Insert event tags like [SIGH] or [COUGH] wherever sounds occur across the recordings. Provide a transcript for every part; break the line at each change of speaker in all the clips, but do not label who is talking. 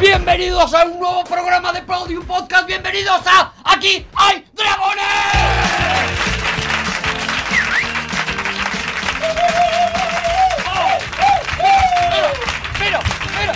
Bienvenidos a un nuevo programa de Podium Podcast. Bienvenidos a Aquí hay dragones. Pero, pero, pero,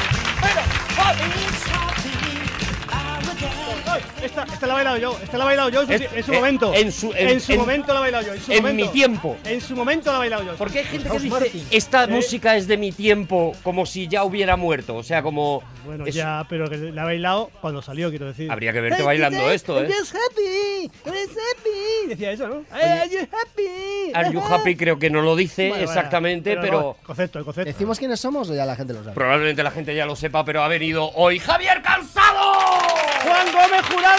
Esta, esta la he bailado yo, esta la he bailado yo en su,
Es-
en su
eh,
momento.
en su- en-
su
en-
momento la he bailado yo. En, su
en
momento.
mi tiempo.
En su momento la he bailado yo. Pues
Porque hay gente que
House
dice
Martin.
esta
Eh,
música es de mi tiempo, como si ya hubiera muerto, o sea, como
Bueno,
es-
ya, pero que la he bailado cuando salió, quiero decir.
habría que verte bailando esto, ¿eh?
Just happy, just happy. Decía eso, ¿no? Are you happy?
Are you happy
[LAUGHS]
creo que no lo dice
Bueno, bueno,
exactamente,
no,
pero,
el concepto, el concepto.
Ah.
¿Decimos quiénes somos o ya la gente lo sabe?
probablemente la gente ya lo sepa, pero ha venido hoy Javier Calzado.
Juan Gómez Jurado.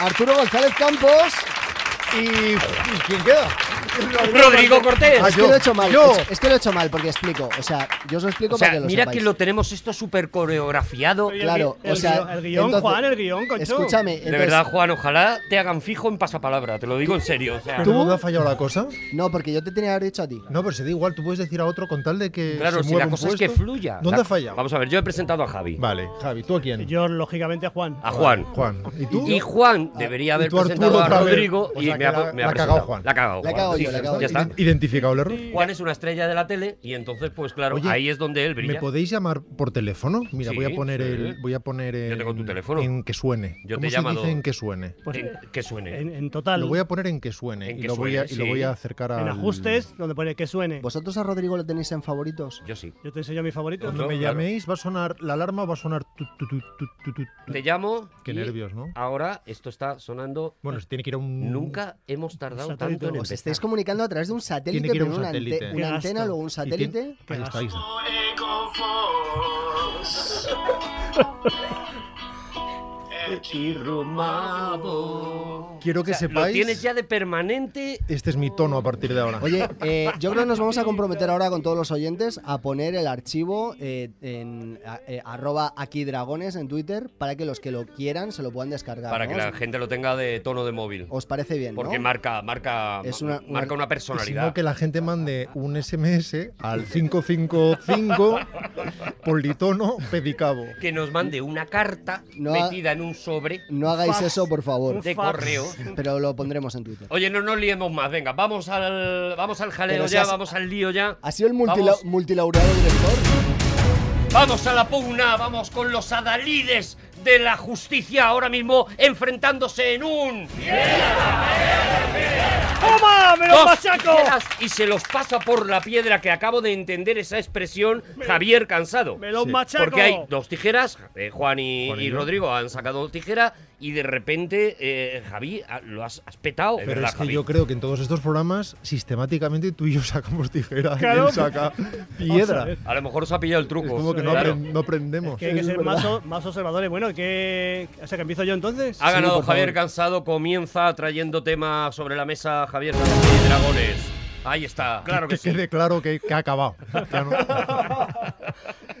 Arturo González Campos y... ¿y ¿Quién queda?
Rodrigo Cortés.
es que
yo,
lo he hecho mal,
yo.
es que lo he hecho mal porque explico, o sea, yo os lo explico
O sea,
para que lo
mira
sepáis.
que lo tenemos esto súper coreografiado.
Oye, el
Claro,
gui- el
o sea,
guión- el guión,
entonces-
Juan, el guión, concho.
Escúchame,
de
entonces-
verdad, Juan, ojalá te hagan fijo en pasapalabra, te lo digo en serio. o sea.
¿Tú?
¿Tú? ¿Dónde ha fallado la cosa?
No, porque yo te tenía que haber dicho a ti.
No, pero se da igual, tú puedes decir a otro con tal de que.
claro,
se
si
mueva
la
un
cosa es que
puesto.
fluya.
¿Dónde
La-
ha fallado?
Vamos a ver, yo he presentado a Javi.
Vale, Javi, ¿tú a quién?
Yo, lógicamente, a Juan.
A Juan.
Juan. ¿Y tú? Ah,
Y Juan debería haber
tú, Arturo,
presentado a
otra vez.
Rodrigo
O
y
sea,
me
que
ha,
la-
me ha
la ha
presentado.
cagado Juan.
La ha cagado
La he
Juan.
cagado
Sí,
yo, la he
sí,
cagado
ya
yo.
está.
Iden- Identificado el error.
Juan es una estrella de la tele y entonces, pues claro,
Oye,
ahí es donde él brilla.
¿Me podéis llamar por teléfono? Mira,
Sí,
voy a poner
sí.
el. Voy a poner el.
tengo tu teléfono.
En que suene.
Yo te
¿Cómo se
llamo a
dice
dos.
en que suene?
Pues
En- que suene.
en, en total,
Lo voy a poner en que suene.
En
y,
que
lo voy a,
suene,
y lo voy
sí.
a acercar a.
en ajustes, donde pone que suene.
¿Vosotros a Rodrigo lo tenéis en favoritos?
Yo sí.
Yo te enseño mi favorito.
Cuando
No,
me
claro.
llaméis, va a sonar la alarma, va a sonar. tu, tu, tu, tu, tu, tu, tu.
Te llamo.
Qué
y
nervios, ¿no?
Ahora esto está sonando.
Bueno, se tiene que ir a un.
Nunca hemos tardado
satélite.
tanto en
Os
empezar.
Os Pues estáis comunicando a través de un
Tiene
satélite,
que ir a
pero
un
una, ante-
satélite.
una
Qué
antena,
gasto.
luego un
y tiene-
satélite.
Ahí está, ahí está. Quiero que
O sea,
sepáis.
Lo tienes ya de permanente.
Este es mi tono a partir de ahora.
Oye, eh, yo creo que nos vamos a comprometer ahora con todos los oyentes a poner el archivo eh, en a- eh, arroba aquí dragones en Twitter para que los que lo quieran se lo puedan descargar.
Para
¿no?
que la gente lo tenga de tono de móvil.
¿Os parece bien?
Porque
¿no?
marca, marca,
Es
ma-
una- una-
marca una
sino
personalidad.
que la gente mande un SMS [LAUGHS] al 555 politono pedicabo.
Que nos mande una carta
No ha-
metida en un sobre
No hagáis
Fax.
eso, por favor.
de
fax.
correo.
Pero lo pondremos en Twitter.
Oye, no nos liemos más, venga, vamos al vamos al jaleo
Pero si
ya,
has-
vamos al lío ya.
¿Ha sido el multila-
Vamos.
multilaureado director?
Vamos a la pugna, vamos con los adalides de la justicia ahora mismo enfrentándose en un
¡Toma! ¡Me lo
dos
machaco!
piedras y se los pasa por la piedra que acabo de entender esa expresión Javier Cansado.
¡Me lo machaco!
Porque hay dos tijeras, eh, Juan y,
Juan y
y
yo.
Rodrigo han sacado tijera y de repente eh, Javi ah, lo has, has petado.
Pero
¿verdad,
es que
Javi?
yo creo que en todos estos programas sistemáticamente tú y yo sacamos tijera
Claro.
y él [LAUGHS] saca piedra.
ver.
Es
A lo mejor os ha pillado el truco.
como que no,
Claro.
apren- no aprendemos.
Que hay que
Es
ser
verdad.
más, o- más observadores. Bueno, que. O sea, que empiezo yo entonces.
Ha
Sí,
ganado
por
Javier
favor.
Cansado, comienza trayendo tema sobre la mesa Javier Cansado y Dragones. Ahí está, claro que
que
sí.
quede claro que, que ha acabado. Ya no-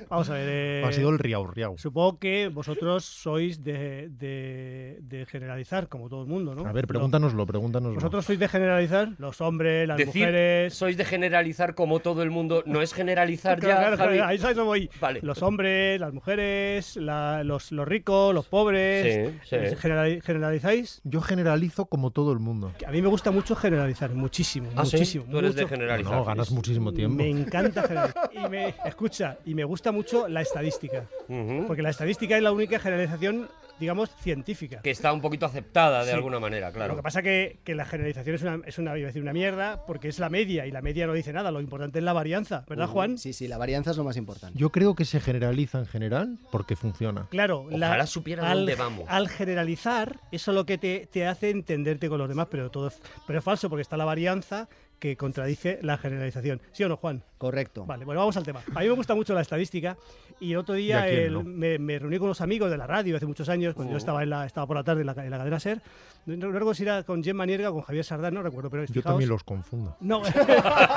Vamos a ver. eh,
ha sido el riau, riau.
Supongo que vosotros sois de, de- de generalizar, como todo el mundo, ¿no?
A ver, pregúntanoslo, pregúntanoslo.
¿Vosotros sois de generalizar? Los hombres, las
Decir,
mujeres.
sois de generalizar como todo el mundo, no es generalizar
Claro,
ya,
claro,
Javi?
claro, ahí sabes dónde voy.
Vale.
Los hombres, las mujeres, la- los, los ricos, los pobres.
Sí, sí.
Eh, generali- ¿Generalizáis?
Yo generalizo como todo el mundo.
A mí me gusta mucho generalizar, muchísimo,
Ah, sí,
muchísimo.
tú eres de
mucho.
generalizar.
No, ganas muchísimo tiempo.
Me encanta generalizar. Y me, escucha, y me gusta mucho la estadística.
Ujú.
Porque la estadística es la única generalización, digamos, científica.
Que está un poquito aceptada de
Sí.
alguna manera,
Lo que
claro.
pasa que, que la generalización es una, es una, iba a decir una mierda porque es la media y la media no dice nada. Lo importante es la varianza, ¿verdad,
Mm,
Juan?
Sí, sí, la varianza es lo más importante.
Yo creo que se generaliza en general porque funciona.
Claro,
Ojalá supiera dónde vamos.
Al generalizar, eso lo que te, te hace entenderte con los demás, pero todo es- pero es falso porque está la varianza que contradice la generalización. ¿Sí o no, Juan?
Correcto.
Vale, bueno, vamos al tema. A mí me gusta mucho la estadística y otro día
¿Y a quién
el-
no? Oh.
me, me reuní con unos amigos de la radio hace muchos años, cuando yo estaba, en la, estaba por la tarde en la, en la cadena SER. No recuerdo si era con Gemma Nierga o con Javier Sardán, no recuerdo, pero
Yo
fijaos-
también los confundo.
No, [LAUGHS]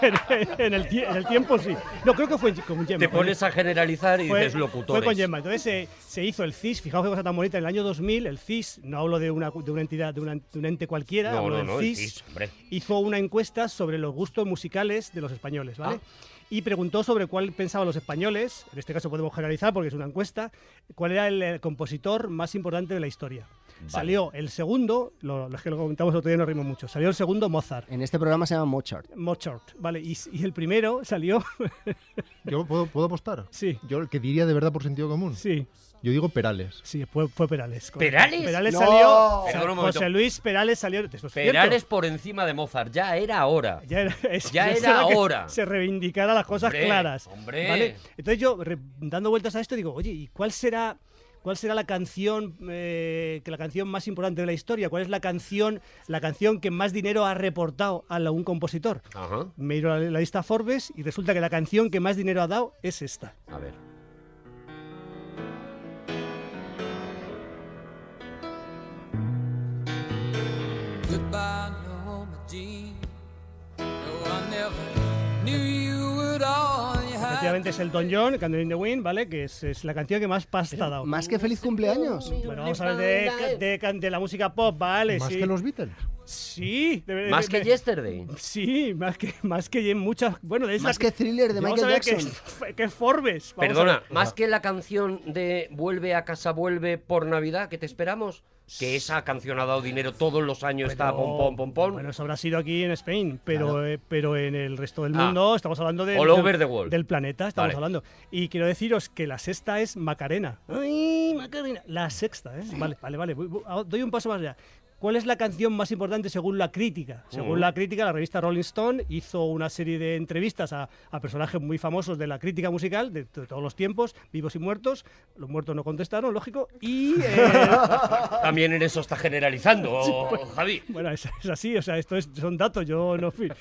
en, en el, tie- en el tiempo sí. No, creo que fue con Gemma.
Te pones a generalizar y
fue,
dices locutores.
fue con Gemma. Entonces se, se hizo el CIS, fijaos qué cosa tan bonita, en el año 2000 el CIS, no hablo de una, de una entidad, de, una- de un ente cualquiera,
No,
hablo
no,
del
no, el
CIS,
CIS, hombre.
hizo una encuesta sobre los gustos musicales de los españoles, ¿vale?
Ah.
Y preguntó sobre cuál pensaban los españoles, en este caso podemos generalizar porque es una encuesta, cuál era el, eh, compositor más importante de la historia. Salió el segundo, lo, lo que lo comentamos el otro día no rimos mucho, salió el segundo Mozart.
En este programa se llama Mozart.
Mozart, ¿vale? Y, s- y el primero salió, [LAUGHS]
¿Yo puedo, puedo apostar?
sí,
Yo el que diría de verdad por sentido común.
sí,
Yo digo Perales.
sí, fue, fue Perales. correcto.
¿Perales?
Perales
¡No!
salió,
Perdón un momento.
José Luis Perales salió, esto es cierto.
Perales por encima de Mozart, ya era hora.
Ya era, [LAUGHS] es-
Ya
es
era
hora que
hora.
Se reivindicara las cosas
Hombre,
claras.
hombre.
¿vale? Entonces yo, re- dando vueltas a esto, digo, oye, ¿y cuál será, cuál será la canción eh, que la canción más importante de la historia? ¿Cuál es la canción, la canción que más dinero ha reportado a la- un compositor?
Ajá.
Me he ido a la lista Forbes y resulta que la canción que más dinero ha dado es esta.
A ver.
Goodbye, Norma Jean. No, I never knew you at all. You had
Efectivamente es el Don John, Candle in the Wind, ¿vale? Que es, es la canción que más pasta ha dado.
Más que feliz cumpleaños.
Bueno, vamos a hablar de, de, can- de la música pop, ¿vale?
Más
sí.
que los Beatles.
Sí. de- de-
Más que
de-
Yesterday.
Sí, más que, más que en muchas. Bueno, de esas
Más que thriller de
vamos a
Michael
ver que-
Jackson.
[LAUGHS] Que, Forbes. vamos a
Perdona,
ver.
más que la canción de Vuelve a casa, vuelve por Navidad, que te esperamos, que esa canción ha dado dinero todos los años, está pom pom pom pom.
Bueno, eso habrá sido aquí en Spain, pero, eh, pero en el resto del
Ah.
mundo estamos hablando del,
All
del-
over the world.
del planeta, estamos
Vale.
hablando. Y quiero deciros que la sexta es Macarena. ¡Ay, Macarena! La sexta, ¿eh? Vale, vale, vale. voy- voy- ah, doy un paso más allá. ¿Cuál es la canción más importante según la crítica?
Uh.
Según la crítica, la revista Rolling Stone hizo una serie de entrevistas a, a personajes muy famosos de la crítica musical de, to- todos los tiempos, vivos y muertos. Los muertos no contestaron, lógico. Y eh,
[LAUGHS]
pues.
También en eso está generalizando, oh, Javi.
Bueno, es, es así, o sea, esto es- son datos, yo no fui.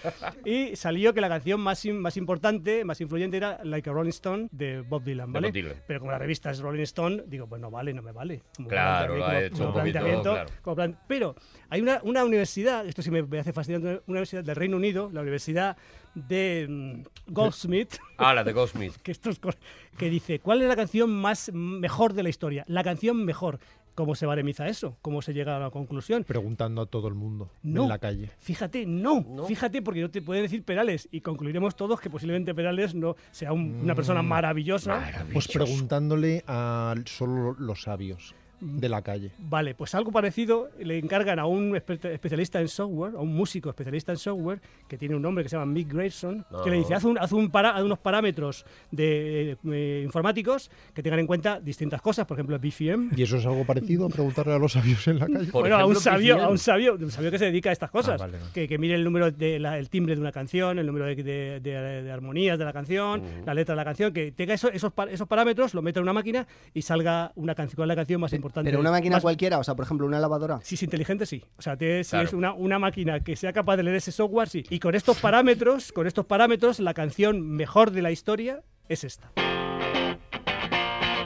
Y salió que la canción más, im- más importante, más influyente era Like a Rolling Stone de Bob Dylan,
De
¿vale?
Bob Dylan.
Pero como la revista es Rolling Stone, digo, pues no vale, no me vale. Como
Claro, lo ha
planteamiento-
hecho
como
un poquito,
planteamiento,
claro.
como plan- Pero hay una, una universidad, esto sí me, me hace fascinante, una universidad del Reino Unido, la Universidad de mm, Goldsmith [LAUGHS]
Ah, la de Goldsmith.
que esto es cos- que dice cuál es la canción más mejor de la historia la canción mejor cómo se baremiza eso cómo se llega a la conclusión
Preguntando a todo el mundo
No.
en la calle.
Fíjate, no,
No.
fíjate porque no te pueden decir Perales y concluiremos todos que posiblemente Perales no sea un- una
Mm.
persona maravillosa.
Pues preguntándole a solo los sabios de la calle.
Vale, pues algo parecido le encargan a un espe- especialista en software, a un músico especialista en software que tiene un nombre que se llama Mick Grayson, que le dice haz, un- haz un para- haz unos parámetros de eh, informáticos que tengan en cuenta distintas cosas, por ejemplo BFM.
¿Y eso es algo parecido a preguntarle a los sabios en la calle?
Por
bueno, a un
ejemplo,
sabio,
Pifián.
a un sabio, un sabio que se dedica a estas cosas,
vale, vale.
Que, que mire el número de la- el timbre de una canción, el número de, de- de- de armonías de la canción, la letra de la canción, que tenga eso- esos pa- esos parámetros, lo meta en una máquina y salga una canción, cuál es la canción más importante.
[LAUGHS] Pero una máquina
más-
cualquiera, o sea, por ejemplo, una lavadora.
si es inteligente, sí. O sea, te- si
Claro.
es una, una máquina que sea capaz de leer ese software, sí. Y con estos parámetros, con estos parámetros, la canción mejor de la historia es esta.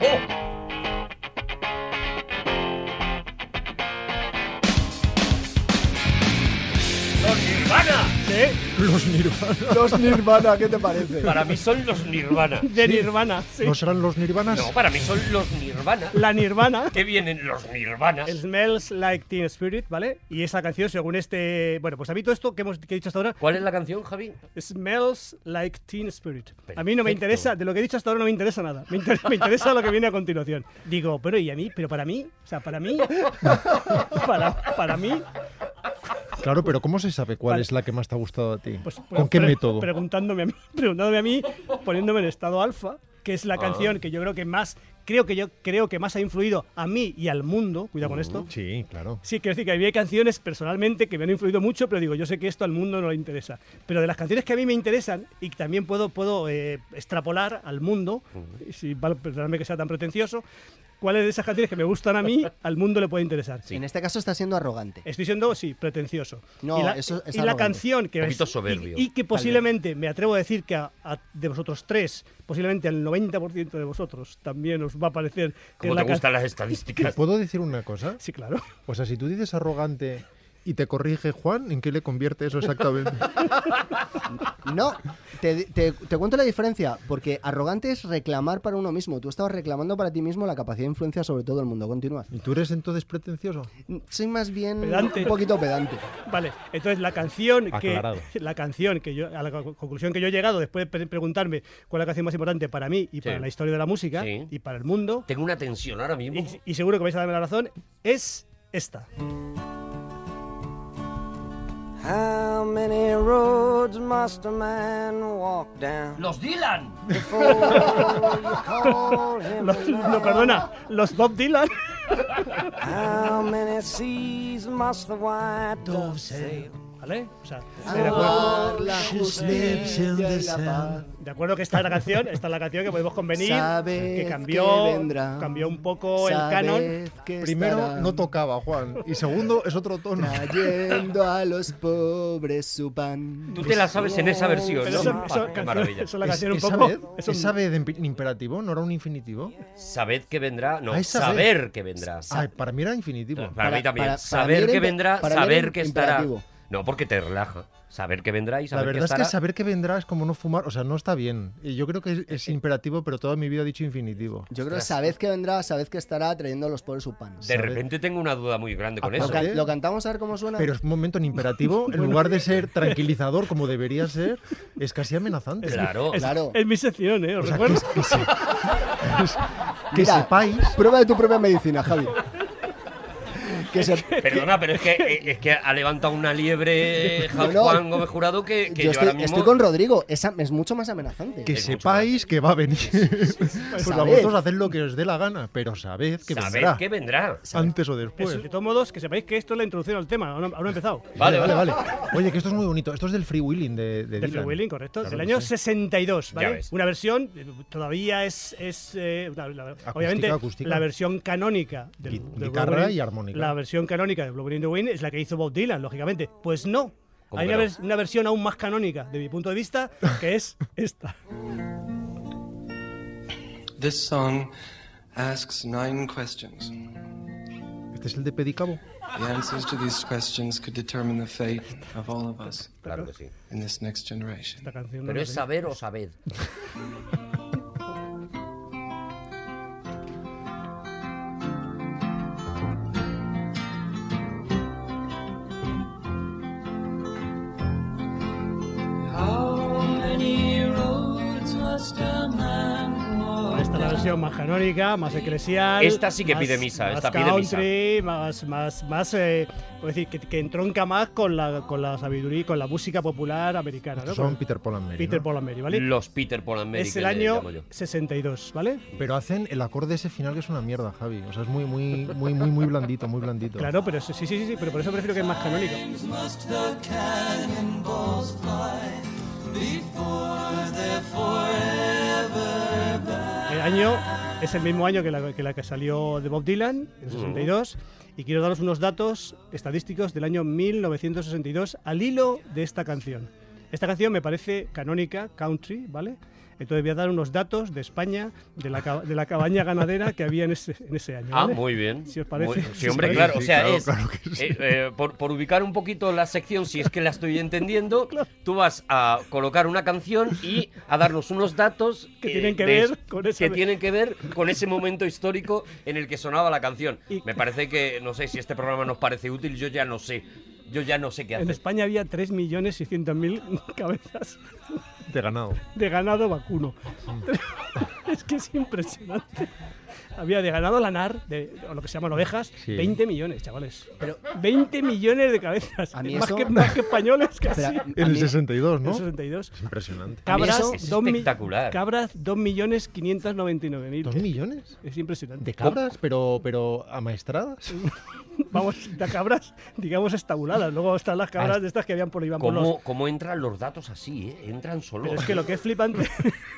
¡Oh! ¡Los Nirvana!
Los Nirvana.
Los Nirvana, ¿qué te parece?
Para mí son los
[LAUGHS]
Nirvana.
De Nirvana, sí.
¿No serán los Nirvanas?
No, para mí son los Nirvana.
La Nirvana.
¿Qué vienen los Nirvanas?
Smells Like Teen Spirit, ¿vale? Y esa canción, según este. Bueno, pues a mí todo esto que, hemos, que he dicho hasta ahora,
¿Cuál es la canción, Javi?
Smells Like Teen Spirit. A mí no
Perfecto.
me interesa, de lo que he dicho hasta ahora no me interesa nada. Me inter- me interesa, lo que viene a continuación. Digo, pero ¿y a mí? ¿Pero para mí? O sea, para mí. [LAUGHS] Para, para mí.
Claro, pero ¿cómo se sabe cuál
Vale.
es la que más te ha gustado a ti?
Pues,
¿Con qué
pre-
método?
Preguntándome a mí, [LAUGHS] preguntándome a mí, poniéndome en estado alfa, que es
Ah.
la canción que yo creo que más. Creo que yo creo que más ha influido a mí y al mundo. Cuidado
Mm.
con esto.
Sí, claro.
Sí, quiero decir que había canciones personalmente que me han influido mucho, pero digo, yo sé que esto al mundo no le interesa. Pero de las canciones que a mí me interesan y que también puedo, puedo eh, extrapolar al mundo, si vale, perdonadme que sea tan pretencioso, cu- cuáles de esas canciones que me gustan a mí al mundo le puede interesar.
En este caso está siendo arrogante.
Estoy siendo, sí, pretencioso.
No,
y la,
eso es
y la
arrogante.
canción que
Un poquito
es- y-
soberbio,
Y, que posiblemente, me atrevo a decir que a- a- de vosotros tres, posiblemente al 90% de vosotros también os va a parecer que
Como
la
te
ca-
gustan las
¿Te
estadísticas.
puedo decir una cosa?
Sí, claro.
O sea, si tú dices arrogante y te corrige Juan, ¿en qué le convierte
[LAUGHS]
eso exactamente?
No, te, te- te cuento la diferencia, porque arrogante es reclamar para uno mismo. Tú estabas reclamando para ti mismo la capacidad de influencia sobre todo el mundo. Continúa.
¿Y tú eres entonces pretencioso?
Soy más bien
Pedante.
un poquito pedante.
Vale, entonces la canción que
Aclarado.
[LAUGHS] la canción que yo a la co- conclusión que yo he llegado después de pre- preguntarme cuál es la canción más importante para mí y para la historia de la música
Sí.
y para el mundo
Tengo una tensión ahora mismo.
y, y seguro que vais a darme la razón es esta.
How many roads must a man walk down
Los Dylan.
before you call him a
Los- no,
man?
perdona, los Bob Dylan.
How many seas must the white dove sail?
¿Vale? O sea, de, acuerdo,
Amar la justicia y la paz.
de acuerdo que esta es la canción, esta es la canción que podemos convenir
Sabed
que
que
cambió
vendrá.
cambió un poco el
Sabed
canon.
que
Primero,
estarán
no tocaba, Juan. Y segundo, es otro tono.
Trayendo a los pobres su pan.
Tú te la sabes en esa versión,
Pero
¿no?
eso,
Ah,
eso-
Qué
canción-
maravilla.
eso es la canción un
¿Esa
poco
vez?
es un-
¿Esa vez en en imperativo? ¿No era un infinitivo?
Sabed que vendrá. No,
Ah, es saber.
saber que vendrá.
Ay, para mí era infinitivo.
Para, mí
Para-
también.
para- para mí
saber
era
que
impe-
vendrá,
para mí era
saber que estará.
imperativo.
No, porque te relaja. Saber que vendrá y
La
saber que
verdad es
estará.
que saber que vendrá es como no fumar, o sea, no está bien. Y yo creo que es, es imperativo, pero toda mi vida he dicho infinitivo.
Yo creo que sabed que vendrá, sabed que estará trayendo a los pobres su pan.
De repente tengo una duda muy grande con
Ah,
Lo,
eso.
porque-
can- lo cantamos a ver cómo suena.
Pero es un momento en imperativo, en lugar de ser tranquilizador como debería ser, es casi amenazante.
Claro.
es-
claro.
Es mi sección, ¿eh? ¿Os
O sea, que,
recuerdo?
que se- que
Mira,
sepáis.
Prueba de tu propia medicina, Javi. Que se-
Perdona, pero es que, eh, es que ha levantado una liebre eh,
[LAUGHS] No, no.
Juan Gómez Jurado que, que
yo
yo
estoy,
ahora mismo...
estoy con Rodrigo. Esa es mucho más amenazante.
Que
Es mucho
sepáis que va a venir. [LAUGHS] Pues
Sabed.
la vosotros haced lo que os dé la gana, pero sabed que
Sabed
vendrá.
que vendrá.
Antes o
Eso,
después.
Pues, de todos modos, que sepáis que esto es la introducción al tema, aún no- aún no he empezado.
Vale,
vale, vale. Oye, que esto es muy bonito. Esto es del free wheeling de, de
De
Dylan.
Free Willing, correcto.
Claro
del
que
año
sí.
62,
Ya
¿vale?
ves.
Una versión, eh, todavía es. es, eh, la- la- obviamente,
acústica.
la versión canónica
Gui-
del. del
guitarra
Wolverine-
y armónica.
La versión canónica de Blue in the Wind es la que hizo Bob Dylan, lógicamente. Pues no.
¿Cómo
Hay
que
una,
no?
vers- una versión aún más canónica, de mi punto de vista, que es esta.
This song asks nine questions.
Este es el de Pedicabo.
The answers to these questions could determine the fate of all of us
Claro que sí.
in this next generation.
Esta canción no
Pero
la
es
sé.
saber o sabed.
Esta es la versión más canónica, más eclesial.
Esta sí que
más-
pide misa,
Más
esta pide
country, más, más, más, eh, puedo decir, que, que entronca más con la, con la sabiduría, con la música popular americana, ¿no?
Estos son
Con
Peter Paul and Mary,
pues. Peter
¿no?
Paul and Mary, ¿vale?
Los Peter Paul and Mary
es
que
el
le
año
llamo yo.
62, ¿vale?
Pero hacen el acorde ese final que es una mierda, Javi. O sea, es muy, muy, muy, muy, muy blandito, muy blandito.
Claro, pero sí, sí, sí, sí, pero por eso prefiero que es más canónico. El año es el mismo año que la que, la que salió de Bob Dylan, en el 62, y quiero daros unos datos estadísticos del año 1962 al hilo de esta canción. Esta canción me parece canónica, country, ¿vale? Entonces voy a dar unos datos de España, de la, ca- de la cabaña ganadera que había en ese, en ese año.
Ah,
¿vale?
muy bien.
Si os
Muy-
parece. Si
sí,
os
hombre,
parece.
claro. O
Sí,
sea,
claro,
es.
claro que sí.
eh, eh, por, por ubicar un poquito la sección, si es que la estoy
[LAUGHS]
entendiendo, tú vas a colocar una canción y a darnos unos datos eh,
Que tienen que ver con esa-
que tienen que ver con ese momento histórico en el que sonaba la canción.
Y-
Me parece que, no sé, si este programa nos parece útil, yo ya no sé. Yo ya no sé qué
En este-
hacer.
España había 3.600.000 [LAUGHS] cabezas
Te he ganado.
de ganado vacuno. [LAUGHS] es que es impresionante. Había de ganado lanar, de, o lo que se llaman ovejas,
Sí.
20 millones, chavales. 20 millones de cabezas.
A mí
más,
eso-
que, más que españoles, casi.
Espera, a
En el
mí-
62,
En
¿no?
el
Es
62.
impresionante.
A mí
Cabras,
eso-
Es
dos mi-
espectacular.
Cabras, 2.599.000.
¿Dos millones?
Es impresionante.
¿De cabras? Pero, pero amaestradas.
Vamos, de cabras, digamos, estabuladas. Luego están las cabras de estas que habían por ahí, van por los
¿Cómo, cómo entran los datos así, eh? Entran solos. [LAUGHS]
Pero es que lo que es flipante [LAUGHS]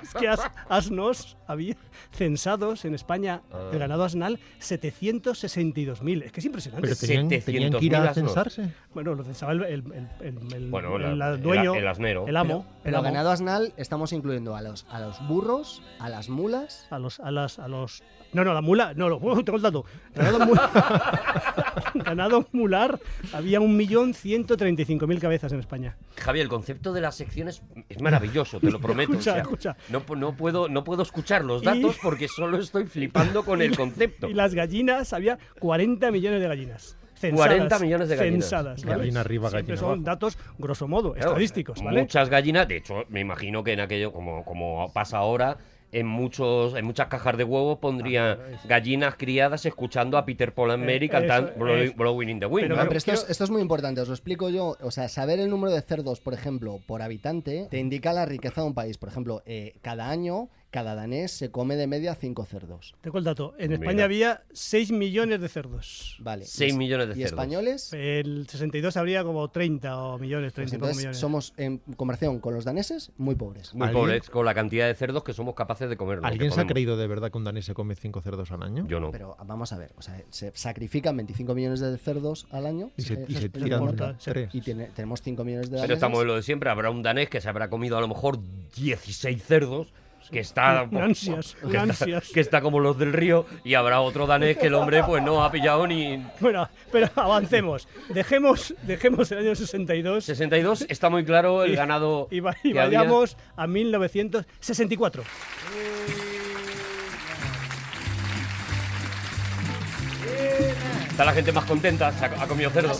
Es que as- asnos había censados en España,
Ah.
el ganado asnal, 762.000. Es que es impresionante.
Pero tenían, tenían que ir
700.000
a
asnos.
censarse.
Bueno, lo censaba el, el- el- el- el-
Bueno, la-
el
el-
dueño,
el asnero.
el amo. el
Pero
amo.
ganado asnal estamos incluyendo a los, a los burros, a las mulas.
A los, a las, a los. No, no, la mula. [LAUGHS] No, no, uh, tengo el dato. Ganado, [LAUGHS] mular, ganado mular. Había 1.135.000 cabezas en España.
Javier, el concepto de las secciones es maravilloso,
[LAUGHS]
te lo prometo.
Escucha,
o sea,
escucha.
No, pu- no puedo, no puedo escuchar los
Y-
datos porque solo estoy flipando con el concepto.
[LAUGHS] Y las gallinas, había 40 millones de gallinas. Censadas,
40 millones de gallinas.
Censadas.
Gallina arriba,
Siempre
gallina
son
abajo.
datos, grosso modo,
Claro,
estadísticos, ¿vale?
Muchas gallinas, de hecho, me imagino que en aquello, como, como pasa ahora, en muchos, en muchas cajas de huevos pondría gallinas criadas escuchando a Peter Paul and Mary
Ah, Eh,
cantando
eso
Blow-
es.
Blowing in the Wind.
Pero
No,
claro.
pero esto, es, esto es muy importante, os lo explico yo. O sea, saber el número de cerdos, por ejemplo, por habitante, te indica la riqueza de un país. Por ejemplo, eh, cada año, cada danés se come de media cinco cerdos.
Tengo el dato. En España
Mira.
había 6 millones de cerdos.
Vale.
Seis
Y es-
millones de
¿Y
cerdos.
españoles?
El 62 habría como 30 o millones,
Pues
30 y poco
entonces
millones.
somos, en comparación con los daneses, muy pobres.
Muy
¿Alguien?
pobres con la cantidad de cerdos que somos capaces de comer. ¿no? Que
¿Alguien se ha
comemos.
creído de verdad que un danés se come cinco cerdos al año?
Yo no.
Pero vamos a ver, o sea, se sacrifican 25 millones de cerdos al año
Y se,
eh,
y se
es- es
tiran
mortal.
se-
tres.
Y tiene- tenemos 5 millones de
Pero
daneses.
estamos en lo de siempre. Habrá un danés que se habrá comido a lo mejor 16 cerdos, que
[LAUGHS]
está...
Un ansias, un ansias.
Que está como los del río y habrá otro danés que el hombre pues no ha pillado ni
Bueno, pero [LAUGHS] avancemos. Dejemos, dejemos el año 62
62 está muy claro el
Y-
ganado
y, va- y
que había.
vayamos a 1964.
Está la gente más contenta, se ha, ha comido cerdo.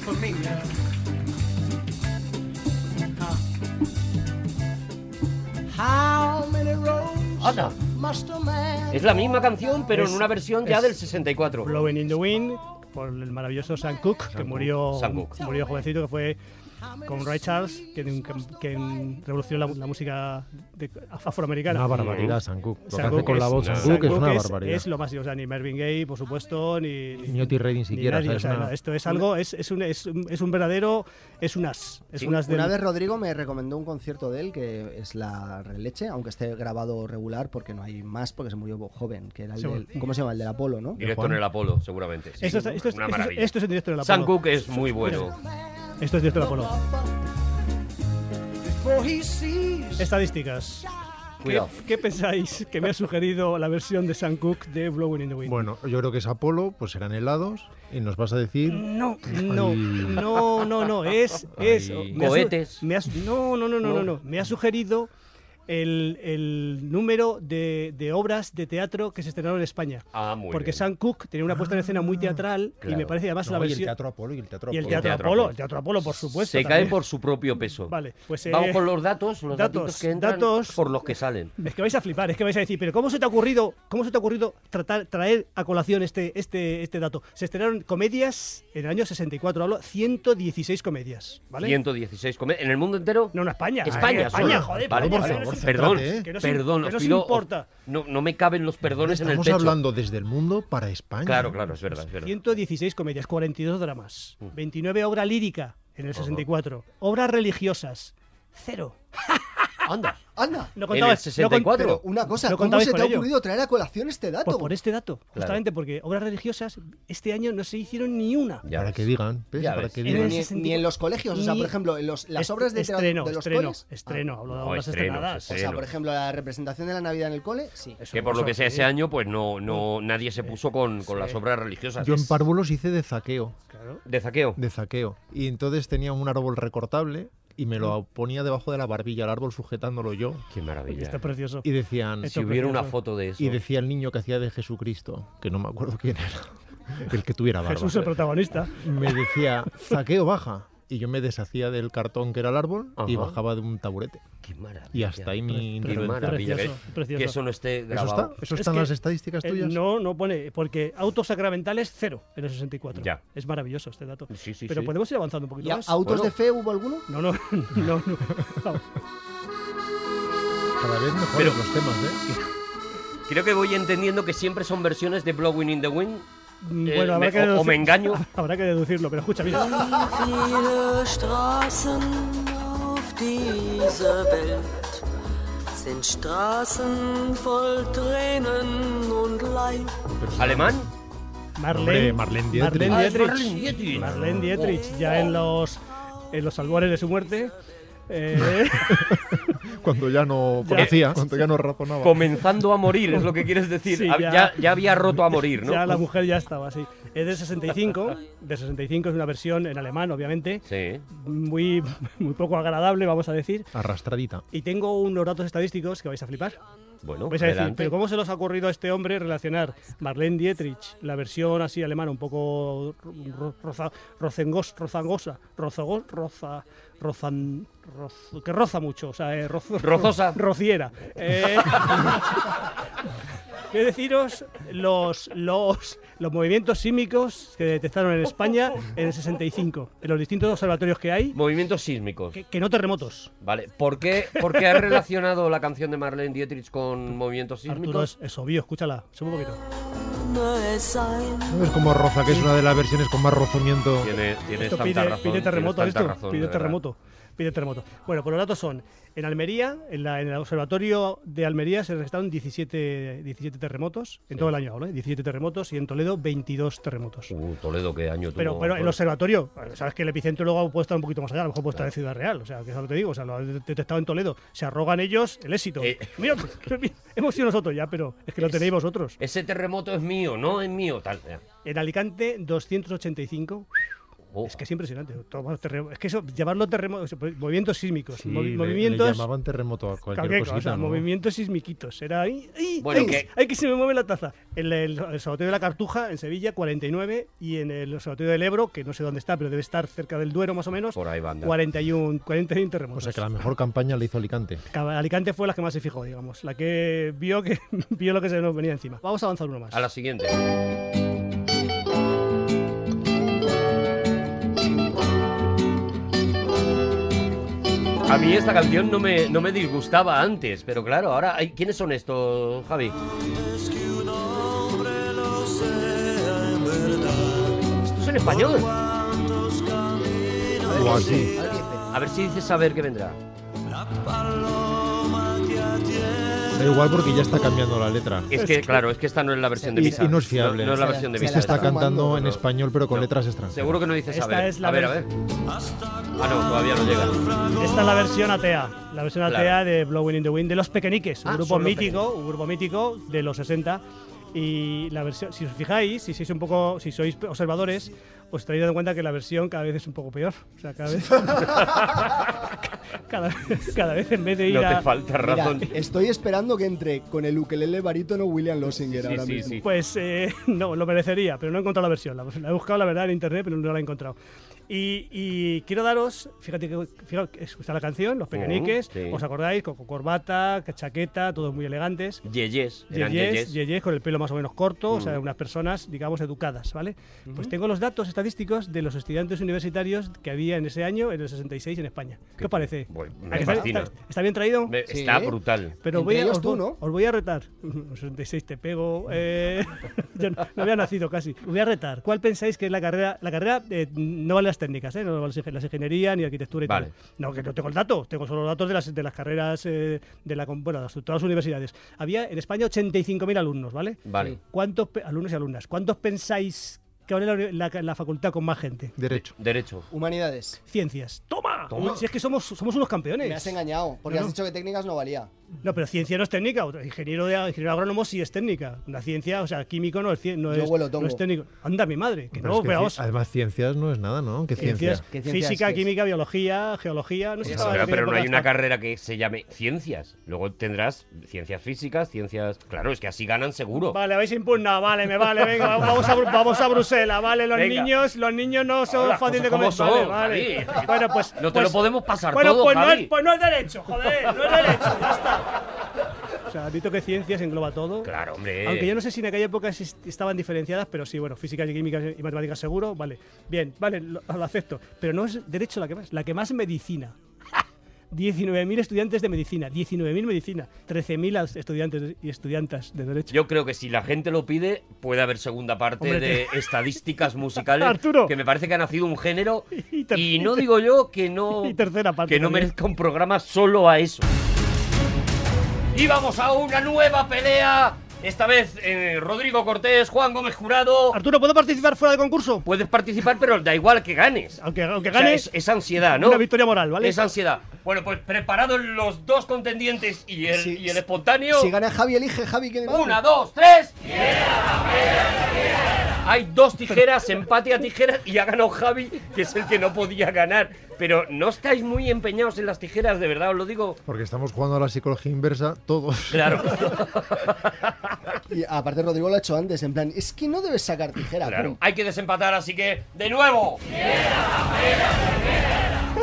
Anda, es la misma canción pero en
Es-
una versión ya
es-
del 64.
Blowing in the Wind por el maravilloso Sam Cooke, que murió,
Sam Cooke.
murió jovencito, que fue con Ray Charles, quien, quien revolucionó la, la música de- afroamericana.
Una barbaridad, Sankuk. Lo que
Sam
hace
Cooke
con la
es-
voz
Sam
Sankuk es
Cooke
una barbaridad.
es lo más, o sea, ni Mervyn Gay, por supuesto, ni,
Ni Otis Redding
ni
siquiera.
nadie,
o sea,
o
es
sea,
una-
no, esto es algo, es, es un, es, un- es un verdadero, es un as, es
Sí,
un as de
Una vez Rodrigo me recomendó un concierto de él que es la releche, aunque esté grabado regular porque no hay más porque se murió joven, que era el
Sí,
del, ¿cómo se llama? El del Apolo, ¿no?
Directo
Juan.
en el Apolo, seguramente. sí.
Esto, está- esto es-
una
esto es-
maravilla.
esto es en directo en el
Sam
Apollo.
Cook es muy bueno.
Esto es directo en el Apolo. Estadísticas. ¿Qué,
Cuidado.
qué pensáis que me ha sugerido la versión de Sam Cook de Blowing in the Wind?
Bueno, yo creo que es Apolo, pues serán helados y nos vas a decir
No, no,
Ay.
no, no, no, es, es
Ay.
me ha su-
Cohetes.
me ha su- no, no, no, no, no, no, me ha sugerido el, el número de, de obras de teatro que se estrenaron en España.
Ah, muy
porque
bien.
Sam Cook tenía una puesta en escena muy teatral y me
claro.
parece además la
Ah, No, y el
versión
teatro Apolo y el teatro
y el
Apolo.
teatro
Teatro
Apolo,
Apolo.
el teatro Apolo por supuesto.
Se cae
también.
por su propio peso.
Vale, pues eh,
Vamos con los datos, los
datos,
datitos que entran
datos.
por los que salen.
Es que vais a flipar, es que vais a decir, pero ¿cómo se te ha ocurrido, cómo se te ha ocurrido tratar, traer a colación este, este, este dato? Se estrenaron comedias en el año 64, hablo, 116 comedias, ¿vale?
116 come- en el mundo entero.
No, no, España.
España,
eh, España,
solo.
joder,
Vale,
por
vale,
favor,
por
Perdón,
céntrate, ¿eh?
que no se-
perdón,
que
os
no se
pido-
importa.
No, no me caben los perdones en el
Estamos
pecho.
hablando desde el mundo para España.
Claro, claro, es verdad, es verdad.
116 comedias, 42 dramas,
Mm.
29 obra lírica en el 64, obras religiosas, cero.
Anda.
Anda.
No
En el
contabas, no con-
64.
Pero una cosa,
No
¿cómo
contabais
se te
con
ha
ello.
ocurrido traer a colación este dato?
Pues por este dato, justamente porque obras religiosas este año no se hicieron ni una.
Ya
para
ves.
que digan, ¿ves?
Ya
Para
ves.
que
En
Ni-
digan.
el-
ni,
64.
en los colegios, o sea,
Ni-
por ejemplo, en los- las
Est-
obras de teatro
estreno,
de los
estreno,
coles.
estreno, hablo de
No,
obras
estrenos,
estrenadas.
Ah, o sea, por ejemplo, la representación de la Navidad en el cole, sí.
Que por lo que sea ese año, pues no, no nadie se puso con, con
Eh. Sí.
las obras religiosas.
Yo en párvulos hice de zaqueo,
Claro.
De zaqueo.
de zaqueo. Y entonces tenía un árbol recortable y me lo ponía debajo de la barbilla, el árbol sujetándolo yo.
Qué maravilla.
Está precioso.
Y decían,
Esto
Si hubiera
precioso.
una foto de eso.
y decía el niño que hacía de Jesucristo, que no me acuerdo quién era, [LAUGHS] el que tuviera barba.
Jesús el protagonista.
me decía, zaqueo baja. Y yo me deshacía del cartón que era el árbol y
Ajá.
bajaba de un taburete.
Qué maravilla.
Y hasta ahí mi
Qué
intervención.
maravilla.
Precioso,
que-
precioso.
Que eso no esté
¿Eso
grabado.
está? ¿Eso
Es
están
que-
las estadísticas
Eh,
tuyas?
no, no pone, porque autos sacramentales cero en el 64.
Ya.
Es maravilloso este dato.
Sí, sí,
Pero
sí.
podemos ir avanzando un poquito
¿Y a-
más.
pues,
autos
Bueno.
de fe hubo alguno?
No, no, no, no. Vamos.
Cada vez mejores
Pero-
los temas, ¿eh?
Creo que voy entendiendo que siempre son versiones de Blowing in the Wind. [LAUGHS] Eh,
bueno, habrá
me-
que
o- o
deducir-
me engaño.
[LAUGHS] Habrá que deducirlo, pero escucha,
[LAUGHS]
mira.
Viele Straßen auf dieser Welt sind Straßen voll Tränen und Leid.
¿Alemán?
Marlene,
Hombre, Marlene Dietrich.
Marlene
Ah, es
Dietrich.
Marlene Dietrich. Ah.
Marlene Dietrich, ya en los, en los albores de su muerte. Eh,
Cuando ya no parecía, cuando ya no razonaba.
Comenzando a morir, es lo
[LAUGHS]
que quieres decir.
Oh. Sí,
Ah,
ya.
ya. ya había roto
[LAUGHS]
a morir, [LAUGHS] ¿no?
Ya la mujer ya estaba así. Es del 65, de 65 es una versión en alemán, obviamente,
Sí.
muy, muy poco agradable, vamos a decir.
Arrastradita.
Y tengo unos datos estadísticos que vais a flipar.
Bueno,
Vais a decir,
adelante.
pero ¿cómo se nos ha ocurrido a este hombre relacionar Marlene Dietrich, la versión así alemana, un poco ro- roza- rozengos- rozangosa, rozago- roza, rozan, roz- que roza mucho, o sea, eh, roz-
[LAUGHS] Rozosa.
rociera. Eh, [LAUGHS] ¿Qué deciros? Los, los, los movimientos sísmicos que detectaron en España en el 65, en los distintos observatorios que hay,
Movimientos sísmicos.
que, que no terremotos.
Vale. ¿Por
[LAUGHS]
qué, por qué has relacionado la canción de Marlene Dietrich con movimientos
Arturo,
sísmicos?
es, es obvio, escúchala, sube un poquito.
Möge es sein,
¿No ves cómo roza, que es una de las versiones con más rozamiento?
Tiene, tienes
Esto
tanta
pide,
razón.
pide
tienes
terremoto
tanta
esto,
razón, de
pide
verdad.
terremoto, pide terremoto. Bueno, pues los datos son, en Almería, en, la- en el observatorio de Almería se registraron 17, 17 terremotos, en todo el año hablo, ¿eh? 17 terremotos, y en Toledo 22 terremotos.
Uh, Toledo, qué año tuvo.
Pero, pero el
Toledo?
observatorio, sabes que el epicentro luego puede estar un poquito más allá, a lo mejor puede estar en Ciudad Real, o sea, que eso lo te digo, o sea, lo han detectado en Toledo, se arrogan ellos el éxito.
Eh.
[LAUGHS] Mira, hemos sido nosotros ya, pero es que lo
Es-
tenéis vosotros.
Ese terremoto es mío, no es mío, tal. ya.
En Alicante, 285,
Oh,
Es que es impresionante. Todo terremo- es que eso, llamarlo terremotos, movimientos sísmicos,
Sí,
movi-
le-
movimientos.
Le llamaban terremoto a cualquier
cualquier
cosita,
cosa,
¿no?
movimientos sísmiquitos. Era ahí, ahí,
Bueno,
ay,
que-
ay, que se me mueve la taza. En el, el observatorio de la Cartuja, en Sevilla, 49, y en el observatorio del Ebro, que no sé dónde está, pero debe estar cerca del Duero más o menos,
Por ahí va a andar.
41, 41
O
terremotos.
sea que la mejor campaña la hizo Alicante.
Ca- Alicante fue la que más se fijó, digamos, la que vio que [LAUGHS] vio lo que se nos venía encima. Vamos a avanzar uno más.
A la siguiente. A mí esta canción no me, no me disgustaba antes, pero claro, ahora... ay, ¿Quiénes son estos, Javi? Esto es en español.
O así.
A ver si dices saber qué vendrá.
Da igual porque ya está cambiando la letra.
Es que, claro, es que esta no es la versión de
Y-
Visa.
y no es fiable.
No, no es la versión de
Se
Es
la
Visa.
que está
está fumando,
cantando en
no.
español pero con
No.
letras extranjeras.
Seguro que no dices
Esta
saber.
es la
a ver, a ver.
vers-
Ah, no, todavía no llega.
Esta es la versión atea, la versión
Claro.
atea de Blowing in the Wind de los Pequeñiques, un
Ah,
grupo
son los
mítico, un grupo mítico de los 60 y la versión, si os fijáis, si sois un poco, si sois observadores, os estaréis dando cuenta que la versión cada vez es un poco peor, o sea, cada vez [LAUGHS] cada, cada vez en vez de ir
No te
a
falta
Mira,
razón.
estoy esperando que entre con el ukelele barítono William Lossinger
Sí,
ahora
sí,
mismo.
sí.
Pues eh, [LAUGHS] no, lo merecería, pero no he encontrado la versión. La, la he buscado, la verdad, en internet, pero no la he encontrado. Y, y quiero daros, fíjate que fíjate, que escuchar la canción, los pequeñiques,
sí.
¿os acordáis? Con, con corbata, chaqueta, todos muy elegantes.
Yeyes. Eran yeyes.
Yeyes,
Mm.
yeyes con el pelo más o menos corto, o sea, unas personas, digamos, educadas, ¿vale? Pues tengo los datos estadísticos de los estudiantes universitarios que había en ese año, en el 66, en España. ¿Qué os parece?
Bueno,
¿A
me
que está-
fascina.
Está, está bien traído?
Me-
Sí.
Está brutal.
Pero
Entre
voy a,
ellos
os,
tú,
vo-
¿no?
os voy a retar. [LAUGHS] 66 te pego. eh, [LAUGHS] yo no, no había nacido casi. Os voy a retar. ¿Cuál pensáis que es la carrera? La carrera eh, no vale las técnicas, ¿eh? No vale las ingen- las ingeniería ni arquitectura y
Vale.
tal. No, que no tengo el dato. Tengo solo los datos de las, de las carreras eh, de la, com- bueno, de las- todas las universidades. Había en España 85.000 alumnos, ¿vale?
Vale.
¿Cuántos pe- alumnos y alumnas? ¿Cuántos pensáis que vale la uni- la, la facultad con más gente?
Derecho.
Derecho.
Humanidades.
Ciencias. ¡Toma!
Toma.
Si es que somos, somos unos campeones.
Me has engañado, porque
No, no.
has dicho que técnicas no valía.
No, pero ciencia no es técnica. Otro- Ingeniero, de, ingeniero agrónomo sí es técnica. La ciencia, o sea, químico no es, cien- no
Yo
es,
huelo
no es
tongo.
técnico. Anda, mi madre, que
Pero
no,
es que
veamos.
ci- además, ciencias no es nada, ¿no? ¿Qué ciencia?
Ciencias,
¿Qué ciencia
física,
es que es?
química, biología, geología. No sé
Pero, pero no hay una carrera que se llame ciencias. Luego tendrás ciencias físicas, ciencias. Claro, es que así ganan seguro.
Vale, habéis impugnado, vale, me vale, venga, vamos a, Bru- vamos a Bruselas, vale, los
Venga.
niños, los niños no son
Ahora,
fáciles de
cosas
comer,
como
vale,
son,
vale.
Javi.
Bueno, pues
No te
pues-
lo podemos pasar
Bueno,
todo,
pues, No
Javi.
es, pues no es derecho, joder, no es derecho, ya está. O sea, admito que ciencias engloba todo.
Claro, hombre.
Aunque yo no sé si en aquella época exist- estaban diferenciadas, pero sí, bueno, física y química y matemáticas seguro, vale. Bien, vale, lo, lo acepto. Pero no es derecho la que más, la que más medicina. [LAUGHS] 19.000 estudiantes de medicina, 19.000 medicina, 13.000 as- estudiantes y estudiantas de derecho.
Yo creo que si la gente lo pide, puede haber segunda parte
Hombre,
de
[LAUGHS]
estadísticas musicales.
Arturo.
Que me parece que ha nacido un género.
[LAUGHS] Y ter-
Y no digo yo que no.
[LAUGHS] y tercera parte
Que no
también.
merezca un programa solo a eso. Y vamos a una nueva pelea. Esta vez eh, Rodrigo Cortés, Juan Gómez Jurado.
Arturo, ¿puedo participar fuera del concurso?
Puedes participar, pero da igual que ganes.
Aunque, aunque
O sea,
ganes,
es, es ansiedad, ¿no?
una victoria moral, ¿vale?
Es ansiedad. Bueno, pues preparados los dos contendientes y el,
Sí,
y el
sí.
espontáneo.
Si gana Javi, elige Javi. ¿quién elige?
Una, dos, tres. Hay dos tijeras, empate a tijeras y ha ganado Javi, que es el que no podía ganar. Pero no estáis muy empeñados en las tijeras, de verdad, os lo digo.
Porque estamos jugando a la psicología inversa
[LAUGHS]
todos.
Claro.
Y aparte, Rodrigo lo ha hecho antes. En plan, es que no debes sacar tijera.
Claro,
pum.
hay que desempatar, así que de nuevo.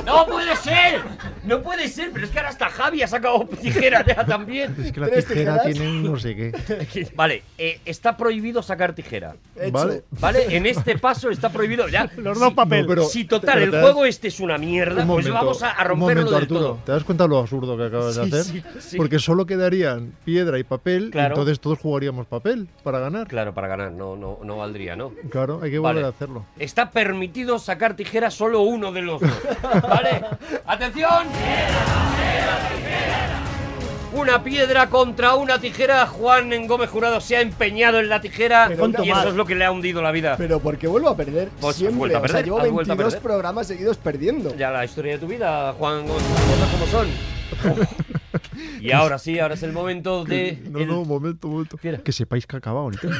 No puede ser, no puede ser, pero es que ahora hasta Javi ha sacado tijeras ya también.
Es que la
¿Tres
tijera
tijeras?
tiene un no sé qué.
[LAUGHS] Vale, eh, está prohibido sacar tijera.
Hecho.
Vale.
Vale, en este paso está prohibido [LAUGHS] ya.
Los dos papel.
no, pero-
Si total,
pero
el
te das-
juego este es una mierda,
Un
pues
momento,
vamos a, a
un
romperlo
momento,
del
Arturo,
todo.
¿Te das cuenta lo absurdo que acabas
Sí,
de hacer?
sí, sí.
Porque solo quedarían piedra y papel, y
Claro.
entonces todos jugaríamos papel para ganar.
Claro, para ganar, no, no, no valdría, ¿no?
Claro, hay que volver
Vale.
a hacerlo.
Está permitido sacar tijeras solo uno de los dos. [LAUGHS] ¿Vale? ¡Atención! Una piedra contra una tijera. Juan en Gómez Jurado se ha empeñado en la tijera
Pero
y
mal.
eso es lo que le ha hundido la vida.
Pero porque vuelvo a perder
Pues has
siempre.
vuelto a
O sea,
perder, has
llevo
vuelto a
22
perder.
programas seguidos perdiendo.
Ya la historia de tu vida, Juan, las cosas como
[LAUGHS]
son. y ahora sí, ahora es el momento de...
No,
el-
no, un momento, un momento.
Tijera.
Que sepáis que ha
[LAUGHS]
acabado el tema.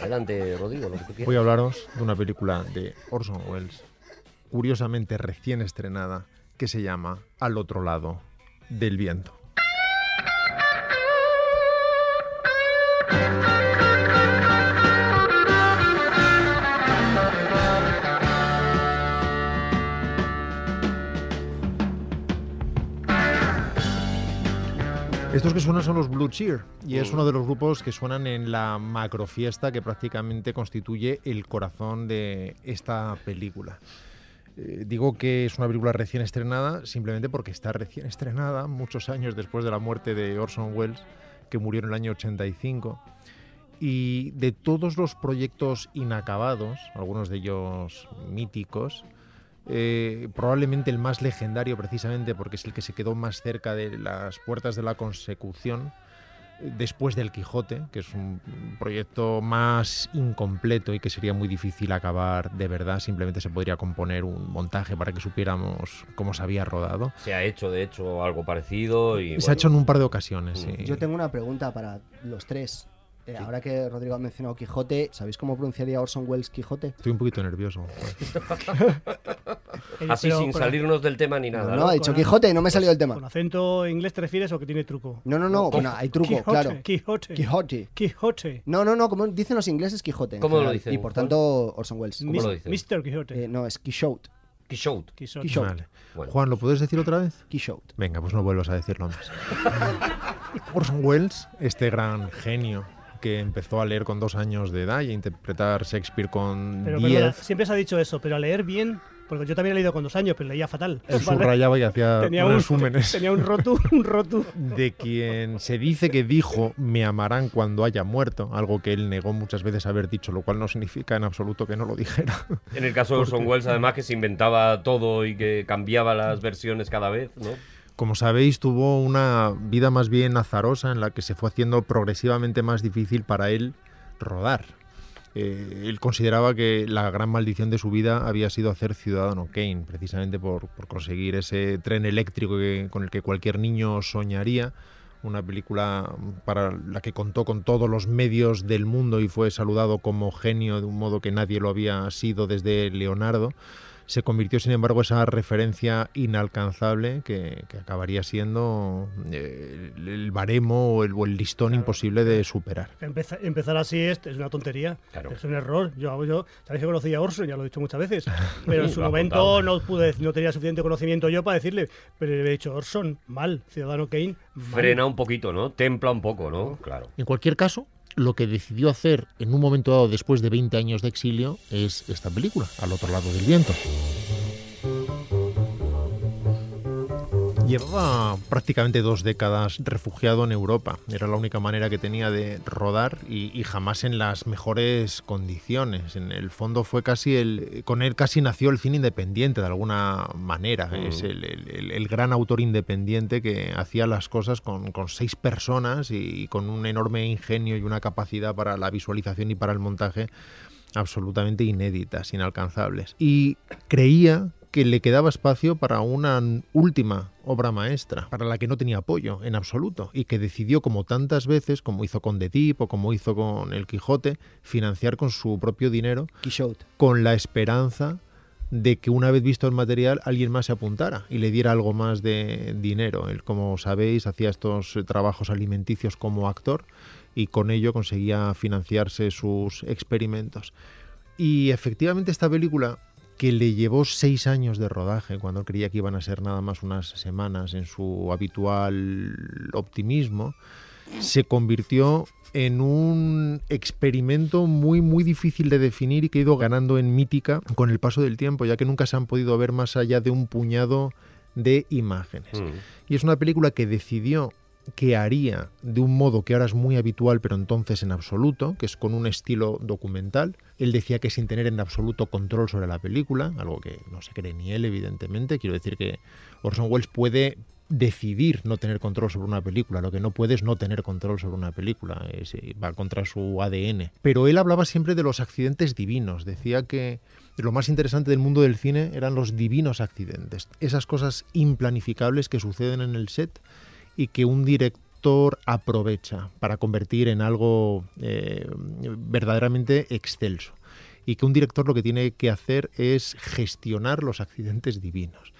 Adelante, Rodrigo, lo que tú quieras.
Voy a hablaros de una película de Orson Welles, curiosamente recién estrenada, que se llama Al otro lado del viento. Estos que suenan son los Blue Cheer y es uno de los grupos que suenan en la macrofiesta que prácticamente constituye el corazón de esta película. Eh, digo que es una película recién estrenada simplemente porque está recién estrenada muchos años después de la muerte de Orson Welles, que murió en el año 85. Y de todos los proyectos inacabados, algunos de ellos míticos, eh, probablemente el más legendario precisamente porque es el que se quedó más cerca de las puertas de la consecución, eh, después del Quijote, que es un proyecto más incompleto y que sería muy difícil acabar de verdad, simplemente se podría componer un montaje para que supiéramos cómo se había rodado.
Se ha hecho, de hecho, algo parecido y...
se
bueno, Mm.
ha hecho en un par de ocasiones. sí.
Yo tengo una pregunta para los tres. Eh, Ahora que Rodrigo ha mencionado Quijote, ¿sabéis cómo pronunciaría Orson Welles Quijote?
Estoy un poquito nervioso.
Eh,
Así
pero
sin
con-
salirnos del tema ni nada.
No,
¿no?
no, ha dicho Quijote y no me salió el
¿Con
tema.
acento inglés te refieres o que tiene truco?
No, no, no, bueno, hay truco,
Quijote,
claro.
Quijote.
Quijote.
Quijote.
No, no, no, como dicen los ingleses Quijote. en
¿Cómo lo
general,
dicen?
Y por tanto, Orson Welles.
¿Cómo lo dicen?
Mr. Quijote.
Eh, no, es Quixote.
Quixote.
Quijote.
Quijote.
Vale.
Bueno.
Juan, ¿lo puedes decir otra vez?
Quixote.
Venga, pues no vuelvas a decirlo más. Orson Welles, este gran genio que empezó a leer con dos años de edad y a interpretar Shakespeare con
Pero perdona,
diez,
siempre se ha dicho eso, pero a leer bien, porque yo también he leído con dos años, pero leía fatal.
él
Vale.
subrayaba y hacía
Tenía un, [LAUGHS]
resúmenes.
tenía un rotu, un rotu.
de quien se dice que dijo me amarán cuando haya muerto, algo que él negó muchas veces haber dicho, lo cual no significa en absoluto que no lo dijera.
En el caso de Orson Welles, además, que se inventaba todo y que cambiaba las versiones cada vez, ¿no?
Como sabéis, tuvo una vida más bien azarosa en la que se fue haciendo progresivamente más difícil para él rodar. Eh, él consideraba que la gran maldición de su vida había sido hacer Ciudadano Kane, precisamente por, por conseguir ese tren eléctrico que- con el que cualquier niño soñaría. Una película para la que contó con todos los medios del mundo y fue saludado como genio de un modo que nadie lo había sido desde Leonardo se convirtió, sin embargo, esa referencia inalcanzable que, que acabaría siendo eh, el, el baremo o el, o el listón imposible de superar.
Empeza- empezar así es, es una tontería,
Claro.
es un error. Yo, yo sabéis que conocí a Orson, ya lo he dicho
[LAUGHS]
muchas veces, pero en
Sí,
su
lo ha
momento
contado.
no pude, no tenía suficiente conocimiento yo para decirle, pero le he dicho Orson, mal, Ciudadano Kane, mal.
Frena un poquito, ¿no? Templa un poco, ¿no? Claro.
En cualquier caso, lo que decidió hacer en un momento dado después de 20 años de exilio es esta película, Al otro lado del viento.
Llevaba prácticamente dos décadas refugiado en Europa. Era la única manera que tenía de rodar y, y jamás en las mejores condiciones. En el fondo fue casi el... Con él casi nació el cine independiente de alguna manera.
Mm.
Es el, el- el- el gran autor independiente que hacía las cosas con, con seis personas y, y con un enorme ingenio y una capacidad para la visualización y para el montaje absolutamente inéditas, inalcanzables. Y creía que le quedaba espacio para una n- última obra maestra, para la que no tenía apoyo en absoluto, y que decidió, como tantas veces, como hizo con The Deep o como hizo con El Quijote, financiar con su propio dinero,
Quixote.
con la esperanza de que una vez visto el material alguien más se apuntara y le diera algo más de dinero. Él, como sabéis, hacía estos eh, trabajos alimenticios como actor y con ello conseguía financiarse sus experimentos. Y efectivamente esta película, que le llevó seis años de rodaje, cuando él creía que iban a ser nada más unas semanas en su habitual optimismo, se convirtió en un experimento muy muy difícil de definir y que ha ido ganando en mítica con el paso del tiempo, ya que nunca se han podido ver más allá de un puñado de imágenes. Y es una película que decidió que haría de un modo que ahora es muy habitual, pero entonces en absoluto, que es con un estilo documental. Él decía que sin tener en absoluto control sobre la película, algo que no se cree ni él, evidentemente. Quiero decir que Orson Welles puede decidir no tener control sobre una película, lo que no puede es no tener control sobre una película, es, eh, va contra su ADN. Pero él hablaba siempre de los accidentes divinos, decía que lo más interesante del mundo del cine eran los divinos accidentes, esas cosas implanificables que suceden en el set y que un director aprovecha para convertir en algo eh, verdaderamente excelso. Y que un director lo que tiene que hacer es gestionar los accidentes divinos.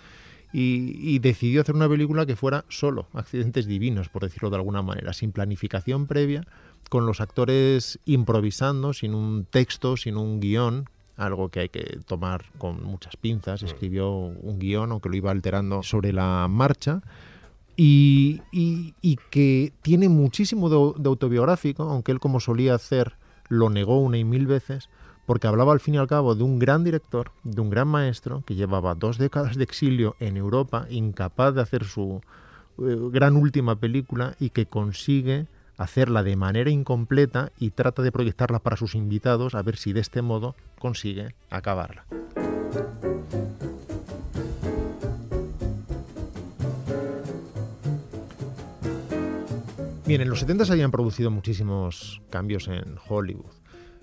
Y, y decidió hacer una película que fuera solo accidentes divinos, por decirlo de alguna manera, sin planificación previa, con los actores improvisando, sin un texto, sin un guión, algo que hay que tomar con muchas pinzas. Escribió un guión, aunque lo iba alterando sobre la marcha y, y- y que tiene muchísimo de, au- de autobiográfico, aunque él como solía hacer lo negó una y mil veces, porque hablaba al fin y al cabo de un gran director, de un gran maestro, que llevaba dos décadas de exilio en Europa, incapaz de hacer su eh, gran última película y que consigue hacerla de manera incompleta y trata de proyectarla para sus invitados a ver si de este modo consigue acabarla. Bien, en los 70 se habían producido muchísimos cambios en Hollywood.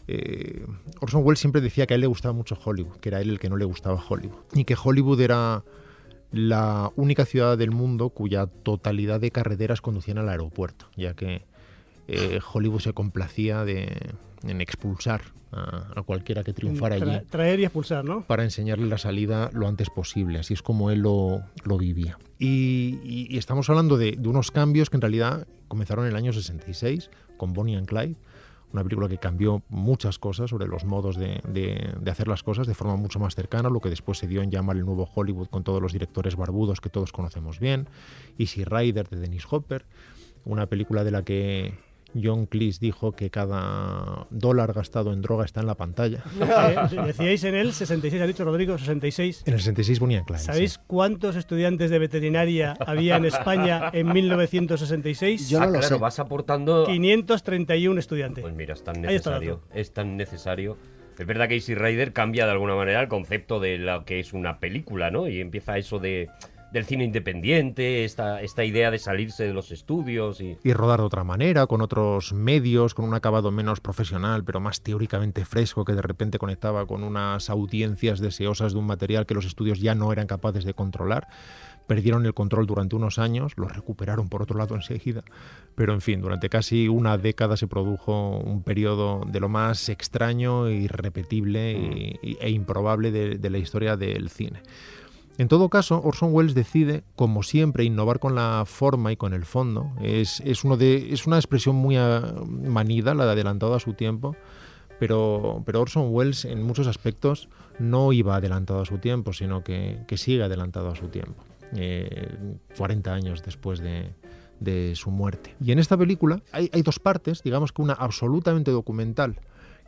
Eh, Orson Welles siempre decía que a él le gustaba mucho Hollywood, que era él el que no le gustaba Hollywood. Y que Hollywood era la única ciudad del mundo cuya totalidad de carreteras conducían al aeropuerto, ya que eh, Hollywood se complacía de, en expulsar a, a cualquiera que triunfara
Tra-
allí
Traer y expulsar, ¿no?
[LAUGHS]
para enseñarle la salida lo antes posible. Así es como él lo, lo vivía. Y, y- y estamos hablando de, de unos cambios que en realidad comenzaron en el año 66 con Bonnie and Clyde, una película que cambió muchas cosas sobre los modos de, de- de hacer las cosas de forma mucho más cercana, lo que después se dio en llamar el nuevo Hollywood con todos los directores barbudos que todos conocemos bien, Easy Rider de Dennis Hopper, una película de la que John Cleese dijo que cada dólar gastado en droga está en la pantalla.
Eh, decíais en él 66, ha dicho Rodrigo, 66.
En el 66 Bonnie and Clyde. sí.
¿Sabéis cuántos estudiantes de veterinaria había en España
[LAUGHS]
en 1966?
ah, claro, vas aportando.
531 estudiantes.
Pues mira, es tan
Ahí está el
necesario. Es tan necesario. Es verdad que Easy Rider cambia de alguna manera el concepto de lo que es una película, ¿no? Y empieza eso de del cine independiente, esta, esta idea de salirse de los estudios y.
y rodar de otra manera, con otros medios, con un acabado menos profesional, pero más teóricamente fresco, que de repente conectaba con unas audiencias deseosas de un material que los estudios ya no eran capaces de controlar. Perdieron el control durante unos años, lo recuperaron por otro lado enseguida, pero en fin, durante casi una década se produjo un periodo de lo más extraño, irrepetible y- y- e improbable de- de la historia del cine. En todo caso, Orson Welles decide, como siempre, innovar con la forma y con el fondo. Es, es uno de, es una expresión muy ah, manida, la de adelantado a su tiempo, pero, pero Orson Welles en muchos aspectos no iba adelantado a su tiempo, sino que, que sigue adelantado a su tiempo, eh, 40 años después de, de su muerte. Y en esta película hay, hay dos partes, digamos que una absolutamente documental,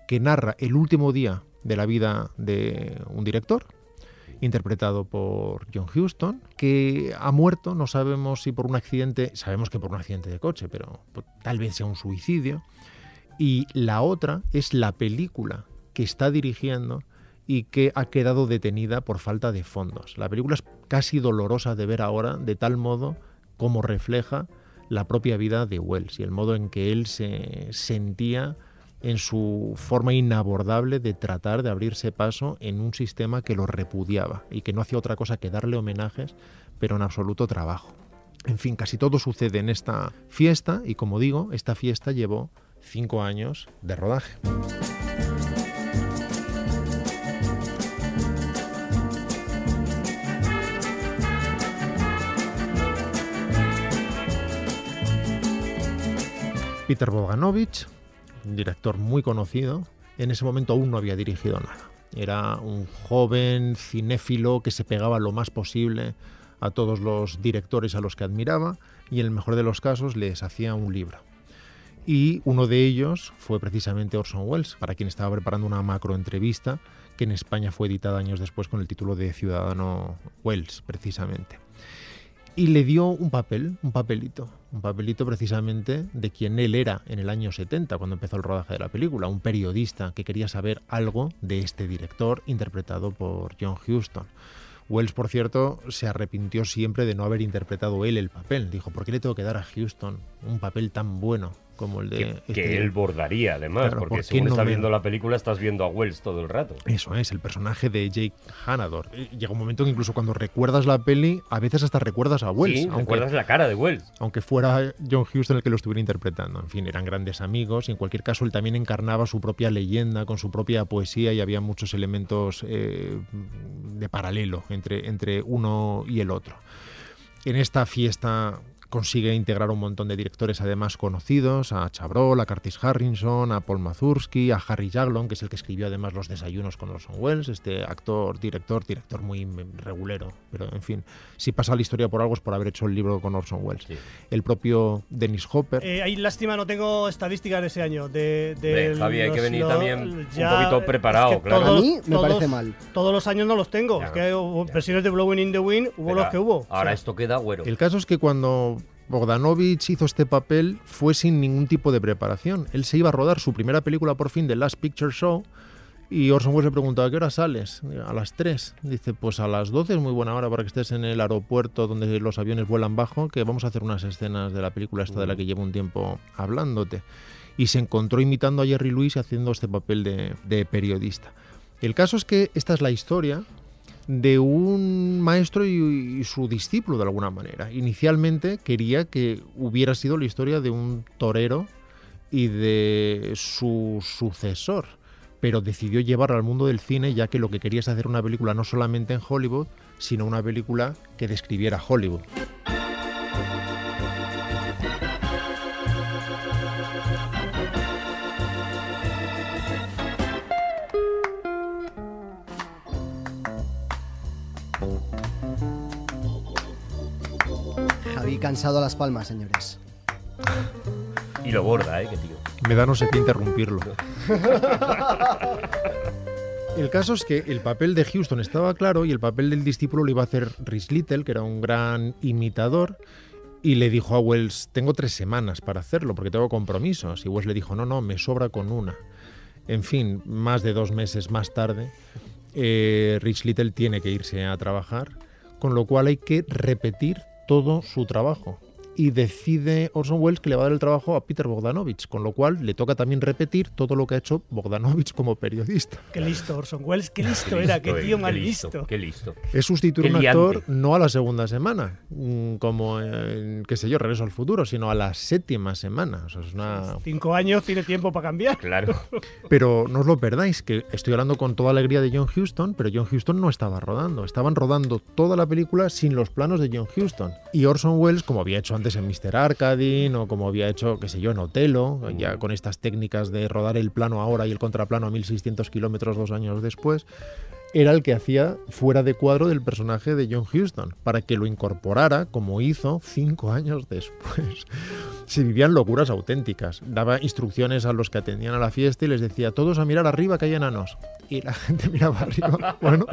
que narra el último día de la vida de un director, interpretado por John Huston, que ha muerto, no sabemos si por un accidente, sabemos que por un accidente de coche, pero pues, tal vez sea un suicidio. Y la otra es la película que está dirigiendo y que ha quedado detenida por falta de fondos. La película es casi dolorosa de ver ahora, de tal modo como refleja la propia vida de Wells y el modo en que él se sentía en su forma inabordable de tratar de abrirse paso en un sistema que lo repudiaba y que no hacía otra cosa que darle homenajes, pero en absoluto trabajo. En fin, casi todo sucede en esta fiesta y como digo, esta fiesta llevó cinco años de rodaje. Peter Boganovich, un director muy conocido, en ese momento aún no había dirigido nada. Era un joven cinéfilo que se pegaba lo más posible a todos los directores a los que admiraba y en el mejor de los casos les hacía un libro. Y uno de ellos fue precisamente Orson Welles, para quien estaba preparando una macroentrevista que en España fue editada años después con el título de Ciudadano Welles, precisamente y le dio un papel, un papelito, un papelito precisamente de quien él era en el año 70, cuando empezó el rodaje de la película, un periodista que quería saber algo de este director interpretado por John Huston. Wells, por cierto, se arrepintió siempre de no haber interpretado él el papel. Dijo, ¿por qué le tengo que dar a Houston un papel tan bueno como el de...
Que,
este
que
de-
él bordaría, además,
Claro,
porque
¿por qué
según
no
estás
me-
viendo la película, estás viendo a Wells todo el rato.
Eso es, el personaje de Jake Hanador. Eh, Llega un momento que incluso cuando recuerdas la peli, a veces hasta recuerdas a Wells.
sí,
aunque-
recuerdas la cara de Wells.
aunque fuera John Huston el que lo estuviera interpretando. En fin, eran grandes amigos y en cualquier caso él también encarnaba su propia leyenda con su propia poesía y había muchos elementos eh, de paralelo entre, entre uno y el otro. En esta fiesta consigue integrar un montón de directores además conocidos, a Chabrol, a Curtis Harrison, a Paul Mazursky, a Harry Jaglon, que es el que escribió además Los desayunos con Orson Welles, este actor, director, director muy mm, regulero, pero en fin, si pasa la historia por algo es por haber hecho el libro con Orson Welles. El propio Dennis Hopper,
Eh, ahí lástima, no tengo estadísticas de ese año. De, de
Hombre, Javi, hay que venir también un poquito
eh,
preparado, claro.
A mí me parece mal.
Todos los años no los tengo. es que hubo versiones de Blowing in the Wind, hubo los que hubo.
Ahora
O sea,
esto queda güero.
El caso es que cuando Bogdanovich hizo este papel fue sin ningún tipo de preparación. Él se iba a rodar su primera película por fin, The Last Picture Show, y Orson Welles le preguntaba, ¿a qué hora sales? A las 3. Dice, pues a las 12 es muy buena hora para que estés en el aeropuerto donde los aviones vuelan bajo, que vamos a hacer unas escenas de la película esta de la que llevo un tiempo hablándote. Y se encontró imitando a Jerry Lewis y haciendo este papel de- de periodista. El caso es que esta es la historia de un maestro y, y su discípulo de alguna manera. Inicialmente quería que hubiera sido la historia de un torero y de su sucesor, pero decidió llevarla al mundo del cine ya que lo que quería es hacer una película no solamente en Hollywood, sino una película que describiera Hollywood.
Javi cansado a las palmas, señores.
Y lo borda, ¿eh? Qué tío.
Me da no sé qué interrumpirlo. El caso es que el papel de Houston estaba claro y el papel del discípulo lo iba a hacer Rhys Little, que era un gran imitador, y le dijo a Wells, tengo tres semanas para hacerlo porque tengo compromisos. Y Wells le dijo, no, no, me sobra con una. En fin, más de dos meses más tarde, eh, Rich Little tiene que irse a trabajar, con lo cual hay que repetir todo su trabajo. Y decide Orson Welles que le va a dar el trabajo a Peter Bogdanovich, con lo cual le toca también repetir todo lo que ha hecho Bogdanovich como periodista.
Qué listo, Orson Welles, qué listo era, qué
eh,
tío más listo.
Qué listo.
Es sustituir
Qué
un actor
liante.
no a la segunda semana, mm, como en, qué sé yo, Regreso al Futuro, sino a la séptima semana. O sea, es una,
Ah. Cinco años tiene tiempo para cambiar.
Claro.
Pero no os lo perdáis, que estoy hablando con toda alegría de John Huston, pero John Huston no estaba rodando. Estaban rodando toda la película sin los planos de John Huston. Y Orson Welles, como había hecho antes en Mr. Arcadine o como había hecho, qué sé yo, en Otelo, ya con estas técnicas de rodar el plano ahora y el contraplano a 1600 kilómetros dos años después, era el que hacía fuera de cuadro del personaje de John Huston, para que lo incorporara como hizo cinco años después. [LAUGHS] se vivían locuras auténticas. Daba instrucciones a los que atendían a la fiesta y les decía, todos a mirar arriba que hay enanos. Y la [LAUGHS] gente miraba arriba. [LAUGHS] Bueno,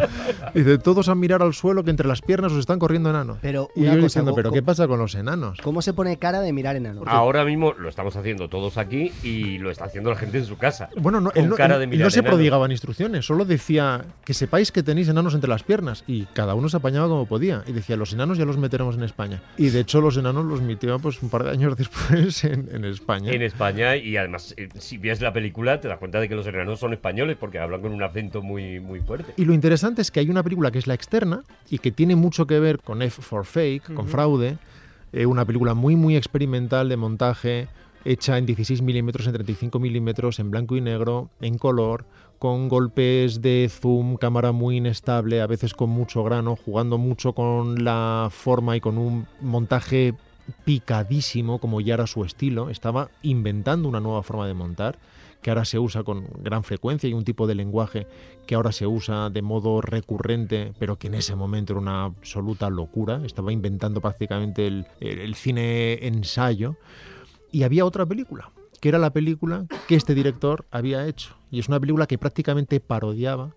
dice, todos a mirar al suelo que entre las piernas os están corriendo enanos.
Pero
y
una
yo
cosa,
diciendo,
¿cómo-
¿pero qué
cómo-
pasa con los enanos?
¿Cómo se pone cara de mirar enanos?
Ahora mismo lo estamos haciendo todos aquí y lo está haciendo la gente en su casa.
Bueno, no,
con
él no,
cara
él-
de
él
mirar
no se
enanos.
prodigaban instrucciones, solo decía que sepáis que tenéis enanos entre las piernas y cada uno se apañaba como podía y decía, los enanos ya los meteremos en España. Y de hecho los enanos los metió pues un par de años después en, en España.
En España, y además, eh, si ves la película, te das cuenta de que los enanos son españoles porque hablan con un acento muy, muy fuerte.
Y lo interesante es que hay una película que es la externa y que tiene mucho que ver con F for Fake, con
Ujú.
fraude, eh, una película muy muy experimental de montaje, hecha en 16 milímetros, en 35 milímetros, en blanco y negro, en color, con golpes de zoom, cámara muy inestable, a veces con mucho grano, jugando mucho con la forma y con un montaje picadísimo, como ya era su estilo, estaba inventando una nueva forma de montar que ahora se usa con gran frecuencia y un tipo de lenguaje que ahora se usa de modo recurrente, pero que en ese momento era una absoluta locura. Estaba inventando prácticamente el, el- el cine ensayo. Y había otra película, que era la película que este director había hecho. Y es una película que prácticamente parodiaba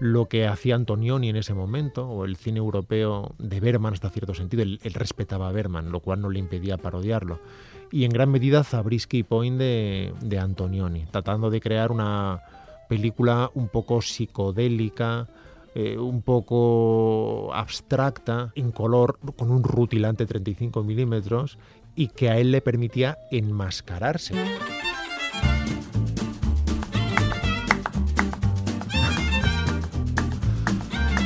lo que hacía Antonioni en ese momento, o el cine europeo de Berman hasta cierto sentido. Él, él respetaba a Berman, lo cual no le impedía parodiarlo. Y en gran medida Zabriskie y Point de, de Antonioni, tratando de crear una película un poco psicodélica, eh, un poco abstracta, en color, con un rutilante 35 milímetros, y que a él le permitía enmascararse.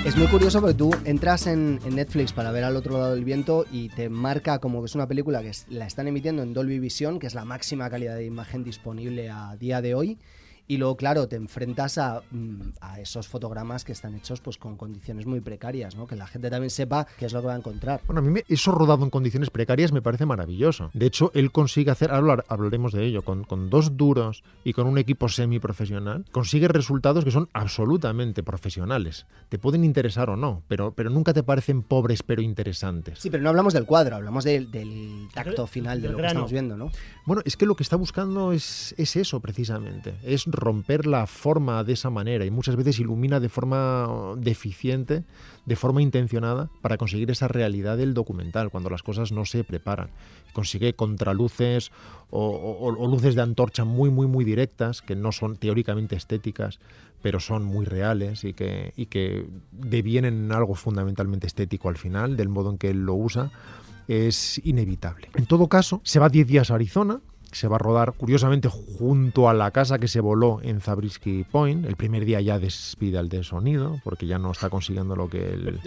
Es muy curioso porque tú entras en, en Netflix para ver al otro lado del viento y te marca como que es una película que es- la están emitiendo en Dolby Vision, que es la máxima calidad de imagen disponible a día de hoy. Y luego, claro, te enfrentas a, mm, a esos fotogramas que están hechos pues con condiciones muy precarias, ¿no? Que la gente también sepa qué es lo que va a encontrar.
Bueno, a mí me- eso rodado en condiciones precarias me parece maravilloso. De hecho, él consigue hacer, ahora hablar- hablaremos de ello, con, con dos duros y con un equipo semiprofesional, consigue resultados que son absolutamente profesionales. Te pueden interesar o no, pero, pero nunca te parecen pobres pero interesantes.
Sí, pero no hablamos del cuadro, hablamos del, del tacto final de
del
lo que
grano.
estamos viendo, ¿no?
Bueno, es que lo que está buscando es, es eso precisamente, es romper la forma de esa manera y muchas veces ilumina de forma uh, deficiente, de forma intencionada, para conseguir esa realidad del documental, cuando las cosas no se preparan. Consigue contraluces o, o- o luces de antorcha muy, muy, muy directas, que no son teóricamente estéticas, pero son muy reales y que, y que devienen en algo fundamentalmente estético al final, del modo en que él lo usa es inevitable. En todo caso, se va 10 días a Arizona, se va a rodar curiosamente junto a la casa que se voló en Zabriskie Point. El primer día ya despide al de sonido, porque ya no está consiguiendo lo que él...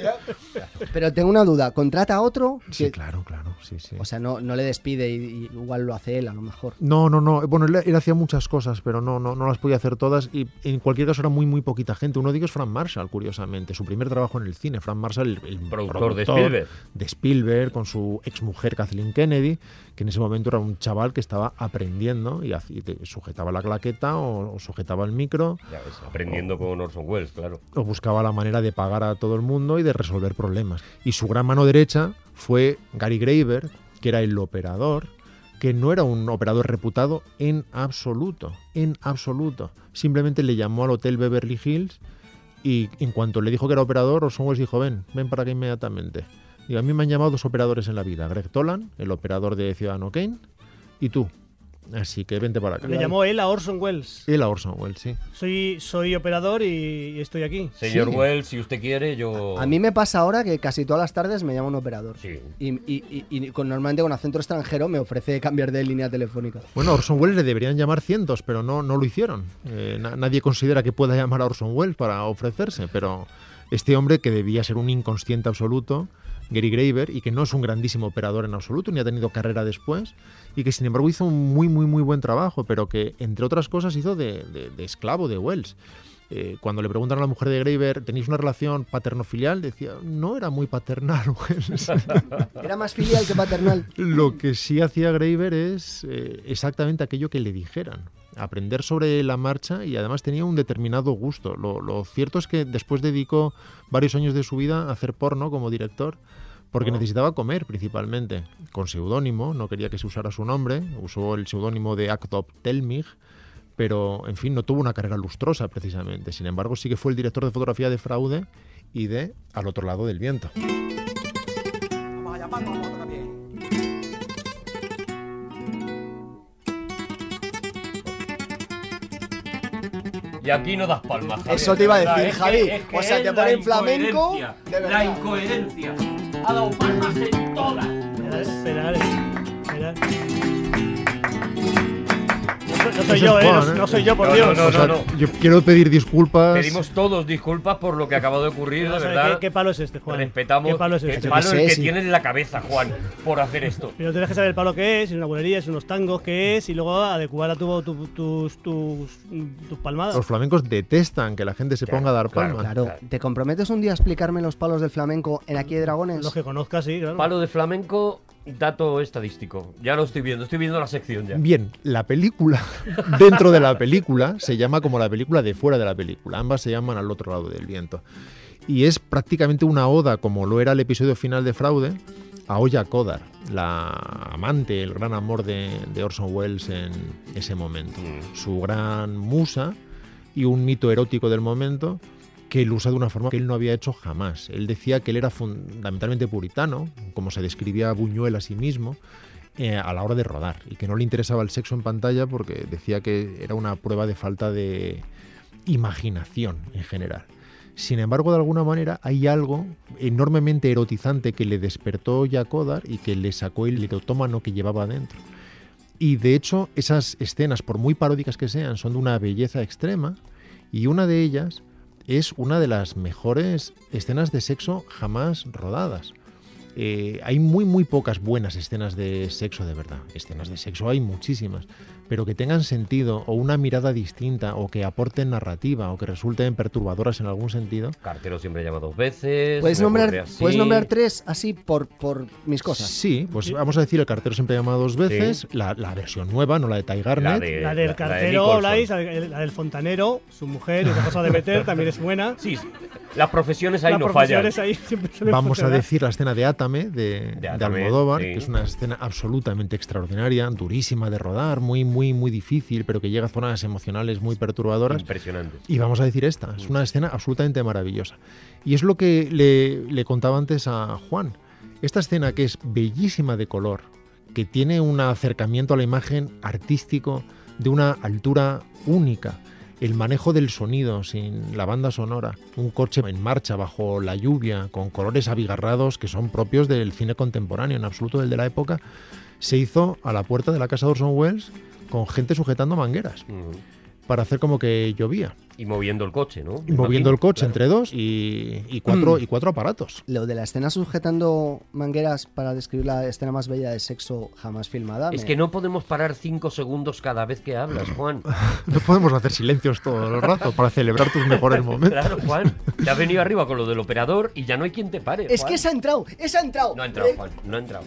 Pero tengo una duda, ¿contrata a otro?
Sí,
Que-
claro, claro, sí, sí.
O sea, no, no le despide y, y igual lo hace él a lo mejor.
No, no, no. Bueno, él, él hacía muchas cosas, pero no, no, no las podía hacer todas. Y en cualquier caso era muy, muy poquita gente. Uno de ellos, Frank Marshall, curiosamente. Su primer trabajo en el cine. Frank Marshall, el, el
Productor de Spielberg.
de Spielberg, con su exmujer Kathleen Kennedy, que en ese momento era un chaval que estaba aprendiendo y, hac- y te- sujetaba la claqueta o, o sujetaba el micro
Ya ves, aprendiendo con Orson Welles, claro.
o buscaba la manera de pagar a todo el mundo y de resolver problemas. Y su gran mano derecha fue Gary Graver, que era el operador, que no era un operador reputado en absoluto, en absoluto. Simplemente le llamó al hotel Beverly Hills y en cuanto le dijo que era operador, Orson Welles dijo, ven, ven para acá inmediatamente. Digo, a mí me han llamado dos operadores en la vida, Greg Tolan, el operador de Ciudadano Kane, y tú. Así que vente para acá.
Le llamó él a Orson Welles.
Él a Orson Welles, sí.
Soy, soy operador y estoy aquí.
Señor Wells, si usted quiere, yo...
A mí me pasa ahora que casi todas las tardes me llama un operador.
Sí.
Y, y- y- y con, normalmente con acento extranjero me ofrece cambiar de línea telefónica.
Bueno, a Orson Welles le deberían llamar cientos, pero no, no lo hicieron. Eh, na- nadie considera que pueda llamar a Orson Welles para ofrecerse, pero este hombre que debía ser un inconsciente absoluto, Gary Graver, y que no es un grandísimo operador en absoluto, ni ha tenido carrera después, y que sin embargo hizo un muy, muy, muy buen trabajo, pero que entre otras cosas hizo de, de- de esclavo de Wells. Eh, cuando le preguntan a la mujer de Graver, ¿tenéis una relación paterno-filial? Decía, no era muy paternal, [LAUGHS] Wells.
Era más filial
[LAUGHS]
que paternal.
Lo que sí hacía Graeber es eh, exactamente aquello que le dijeran. Aprender sobre la marcha y además tenía un determinado gusto. Lo, lo cierto es que después dedicó varios años de su vida a hacer porno como director, porque necesitaba comer principalmente, con seudónimo, no quería que se usara su nombre, usó el seudónimo de Aktop Telmig, pero en fin, no tuvo una carrera lustrosa precisamente. Sin embargo, sí que fue el director de fotografía de Fraude y de Al otro lado del viento.
Y aquí no das palmas. Javier,
Eso te iba a
de verdad,
decir,
es que-
Javi.
es que
O sea,
es
te
la
ponen flamenco,
incoherencia,
de
La
verdad.
incoherencia. Ha dado palmas en todas.
Esperar, esperar. No soy- no
Eso
soy
es
yo, eh, no,
Juan, ¿eh?
no soy yo, por
No, no,
Dios.
no,
O sea,
no.
Yo quiero pedir disculpas.
Pedimos todos disculpas por lo que acaba de ocurrir, de
Vamos a ver,
verdad.
¿qué, qué palo es este, Juan?
Respetamos
¿Qué palo es
el
este?
palo
Yo qué
el
sé,
que
sí.
tienes en la cabeza, Juan, por hacer esto.
Pero tienes que saber el palo que es, si es una bulería, si es unos tangos que es, y luego adecuar a tu, tu- tus, tus, tus palmadas.
Los flamencos detestan que la gente se ponga a dar
claro,
palmas.
Claro, ¿te comprometes un día a explicarme los palos del flamenco en Aquí de Dragones?
Los que conozcas, sí, claro.
Palo de flamenco, dato estadístico. Ya lo estoy viendo, estoy viendo la sección ya.
Bien, la película, [LAUGHS] dentro de la película, se llama como la película de fuera de la película. Ambas se llaman Al otro lado del viento. Y es prácticamente una oda, como lo era el episodio final de Fraude, a Oya Kodar, la amante, el gran amor de, de Orson Welles en ese momento. Su gran musa y un mito erótico del momento que él usa de una forma que él no había hecho jamás. Él decía que él era fundamentalmente puritano, como se describía Buñuel a sí mismo, eh, a la hora de rodar y que no le interesaba el sexo en pantalla porque decía que era una prueba de falta de imaginación en general. Sin embargo, de alguna manera hay algo enormemente erotizante que le despertó ya Kodar y que le sacó el erotómano que llevaba dentro. Y de hecho, esas escenas, por muy paródicas que sean, son de una belleza extrema y una de ellas es una de las mejores escenas de sexo jamás rodadas. Eh, hay muy, muy pocas buenas escenas de sexo de verdad. Escenas de sexo hay muchísimas, pero que tengan sentido o una mirada distinta o que aporten narrativa o que resulten perturbadoras en algún sentido.
Cartero siempre llama dos veces.
¿Puedes
me ocurre
nombrar,
así.
puedes nombrar tres así por, por mis cosas.
Sí, pues vamos a decir, el cartero siempre llama dos veces, la, la versión nueva, no la de Ty Garnett.
de-
La
la
del
de
cartero,
Nicholson.
habláis, la del- la del fontanero, su mujer, esa cosa de meter, también es buena.
Sí, las profesiones [LAUGHS] ahí
Las
no fallan.
profesiones ahí siempre suelen
Vamos a
funcionar.
decir la escena de Atame, de, de
Atame,
Almodóvar,
sí.
que es una escena absolutamente extraordinaria, durísima de rodar, muy, muy, muy difícil, pero que llega a zonas emocionales muy perturbadoras.
Impresionante.
Y vamos a decir esta, es una escena absolutamente maravillosa. Y es lo que le, le contaba antes a Juan. Esta escena que es bellísima de color, que tiene un acercamiento a la imagen artístico de una altura única, el manejo del sonido sin la banda sonora, un coche en marcha bajo la lluvia, con colores abigarrados que son propios del cine contemporáneo, en absoluto del de la época, se hizo a la puerta de la casa de Orson Welles con gente sujetando mangueras
Ujú.
para hacer como que llovía
Mm. Y moviendo el coche, ¿no?
y moviendo
Imagino,
el coche
claro.
entre dos y, y cuatro,
Mm.
y cuatro [LAUGHS] aparatos.
Lo de la escena sujetando mangueras para describir la escena más bella de sexo jamás filmada.
Es
me-
que no podemos parar cinco segundos cada vez que hablas, Juan.
No podemos hacer silencios todo el rato para celebrar tus mejores momentos.
Claro, Juan. Te has venido arriba con lo del operador y ya no hay quien te pare.
Es
Juan.
que se ha entrado, esa ha entrado.
No ha entrado,
Eh,
Juan, no ha entrado.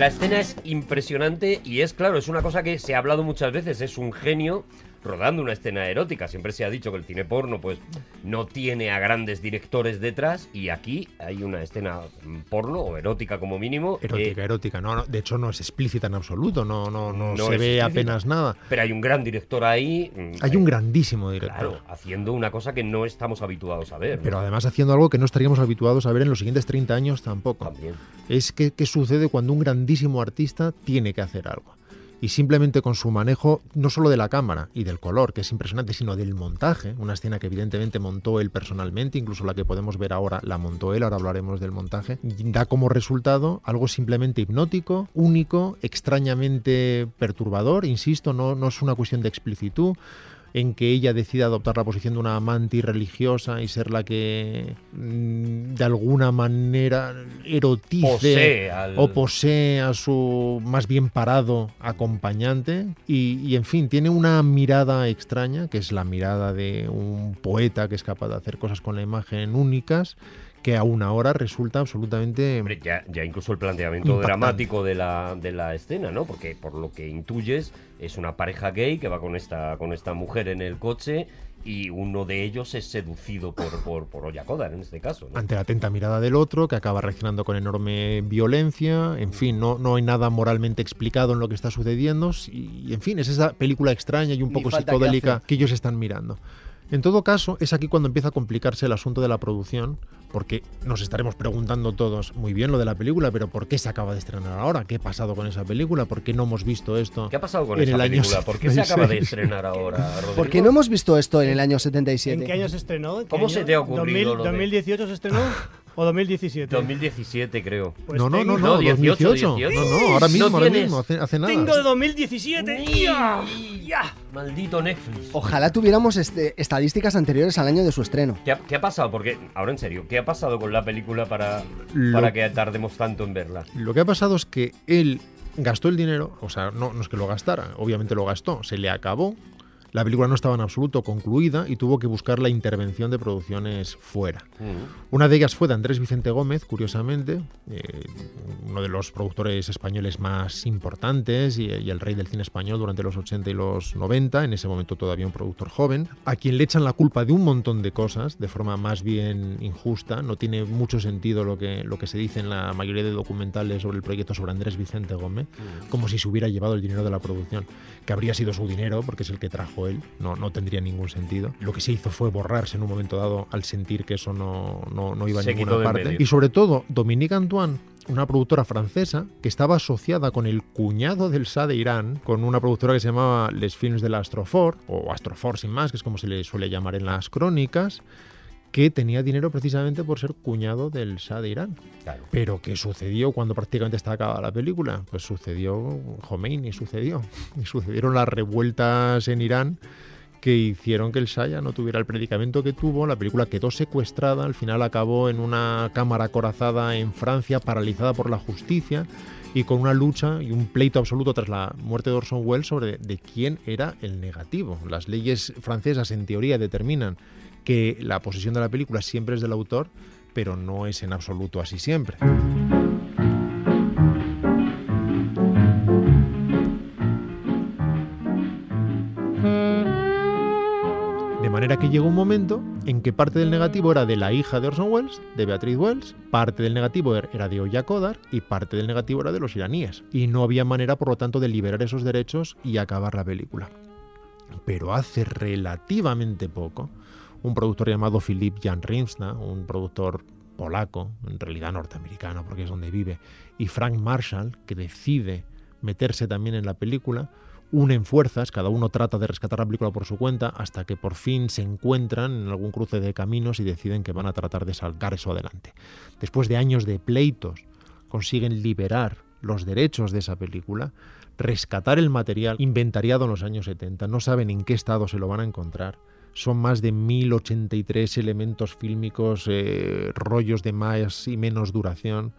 La escena es impresionante y es, claro, es una cosa que se ha hablado muchas veces. Es un genio rodando una escena erótica. Siempre se ha dicho que el cine porno, pues, no tiene a grandes directores detrás. Y aquí hay una escena mm, porno o erótica como mínimo. eh,
Erótica, erótica. No, no, de hecho, no es explícita en absoluto. No, no, no,
No
se
es
ve
explícita.
apenas nada.
pero hay un gran director ahí. mm,
Hay un grandísimo director.
Claro, haciendo una cosa que no estamos habituados a ver. ¿no?
Pero además haciendo algo que no estaríamos habituados a ver en los siguientes 30 años tampoco.
También.
es que, qué sucede cuando un grandísimo artista tiene que hacer algo. Y simplemente con su manejo, no solo de la cámara y del color, que es impresionante, sino del montaje, una escena que evidentemente montó él personalmente, incluso la que podemos ver ahora la montó él, ahora hablaremos del montaje, y da como resultado algo simplemente hipnótico, único, extrañamente perturbador, insisto, no, no es una cuestión de explicitud, en que ella decida adoptar la posición de una amante religiosa y ser la que mm, de alguna manera erotice
Posee al-
o posee a su más bien parado acompañante y, y, en fin tiene una mirada extraña que es la mirada de un poeta que es capaz de hacer cosas con la imagen únicas que aún ahora resulta absolutamente...
Hombre, ya, ya incluso el planteamiento
Impactante.
dramático de la, de la escena, ¿no? Porque por lo que intuyes, es una pareja gay que va con esta, con esta mujer en el coche y uno de ellos es seducido por, por, por Oyakoda, en este caso, ¿no?
ante la atenta mirada del otro, que acaba reaccionando con enorme violencia. En fin, no, no hay nada moralmente explicado en lo que está sucediendo. si- Y, en fin, es esa película extraña y un
Ni
poco
falta que
psicodélica
hace.
que ellos están mirando. En todo caso, es aquí cuando empieza a complicarse el asunto de la producción, porque nos estaremos preguntando todos muy bien lo de la película, pero ¿por qué se acaba de estrenar ahora? ¿Qué ha pasado con esa película? ¿Por qué no hemos visto esto?
¿Qué ha pasado con
en
esa
el año
película? ¿Por qué se acaba de
76?
estrenar
[LAUGHS]
ahora, Rodrigo?
¿Por qué no hemos visto esto en el año
¿En qué
77?
año se estrenó? ¿En qué
¿Cómo
año?
se te ha ocurrido lo de-
¿2018
[LAUGHS]
se estrenó? ¿O 2017?
2017, creo.
Pues
no, no, no, no,
No, 18,
2018. No, no, ahora
No
mismo, ahora
tienes.
mismo, hace, hace nada.
Tengo de 2017. ¡Ya! ¡Ya!
Maldito Netflix.
Ojalá tuviéramos este- estadísticas anteriores al año de su estreno.
¿Qué ha, qué ha pasado? Porque, ahora en serio, ¿qué ha pasado con la película para,
Lo-
para que tardemos tanto en verla?
Lo que ha pasado es que él gastó el dinero, o sea, no, no es que lo gastara, obviamente lo gastó, se le acabó. La película no estaba en absoluto concluida y tuvo que buscar la intervención de producciones fuera.
Mm.
Una de ellas fue de Andrés Vicente Gómez, curiosamente, eh, uno de los productores españoles más importantes y, y el rey del cine español durante los 80 y los 90, en ese momento todavía un productor joven, a quien le echan la culpa de un montón de cosas, de forma más bien injusta. No tiene mucho sentido lo que, lo que se dice en la mayoría de documentales sobre el proyecto sobre Andrés Vicente Gómez, como si se hubiera llevado el dinero de la producción, que habría sido su dinero porque es el que trajo él, no, no tendría ningún sentido. Lo que se hizo fue borrarse en un momento dado al sentir que eso no, no, no iba a
Se quitó
ninguna
de en
parte.
medio.
Y sobre todo, Dominique Antoine, una productora francesa que estaba asociada con el cuñado del Shah de Irán, con una productora que se llamaba Les Films de la Astrofor, o Astrofor sin más, que es como se le suele llamar en las crónicas, que tenía dinero precisamente por ser cuñado del Shah de Irán.
Claro.
Pero ¿qué sucedió cuando prácticamente está acabada la película? Pues sucedió Khomeini, sucedió. [LAUGHS] Y sucedieron las revueltas en Irán que hicieron que el Shaya no tuviera el predicamento que tuvo, la película quedó secuestrada, al final acabó en una cámara acorazada en Francia, paralizada por la justicia, y con una lucha y un pleito absoluto tras la muerte de Orson Welles sobre de quién era el negativo. Las leyes francesas en teoría determinan que la posesión de la película siempre es del autor, pero no es en absoluto así siempre. De manera que llegó un momento en que parte del negativo era de la hija de Orson Welles, de Beatriz Welles, parte del negativo er- era de Oya Kodar y parte del negativo era de los iraníes. Y no había manera, por lo tanto, de liberar esos derechos y acabar la película. Pero hace relativamente poco, un productor llamado Philip Jan Rimsna, un productor polaco, en realidad norteamericano porque es donde vive, y Frank Marshall, que decide meterse también en la película, unen fuerzas, cada uno trata de rescatar la película por su cuenta, hasta que por fin se encuentran en algún cruce de caminos y deciden que van a tratar de saltar eso adelante. Después de años de pleitos, consiguen liberar los derechos de esa película, rescatar el material inventariado en los años 70, no saben en qué estado se lo van a encontrar. Son más de 1083 elementos fílmicos, eh, rollos de más y menos duración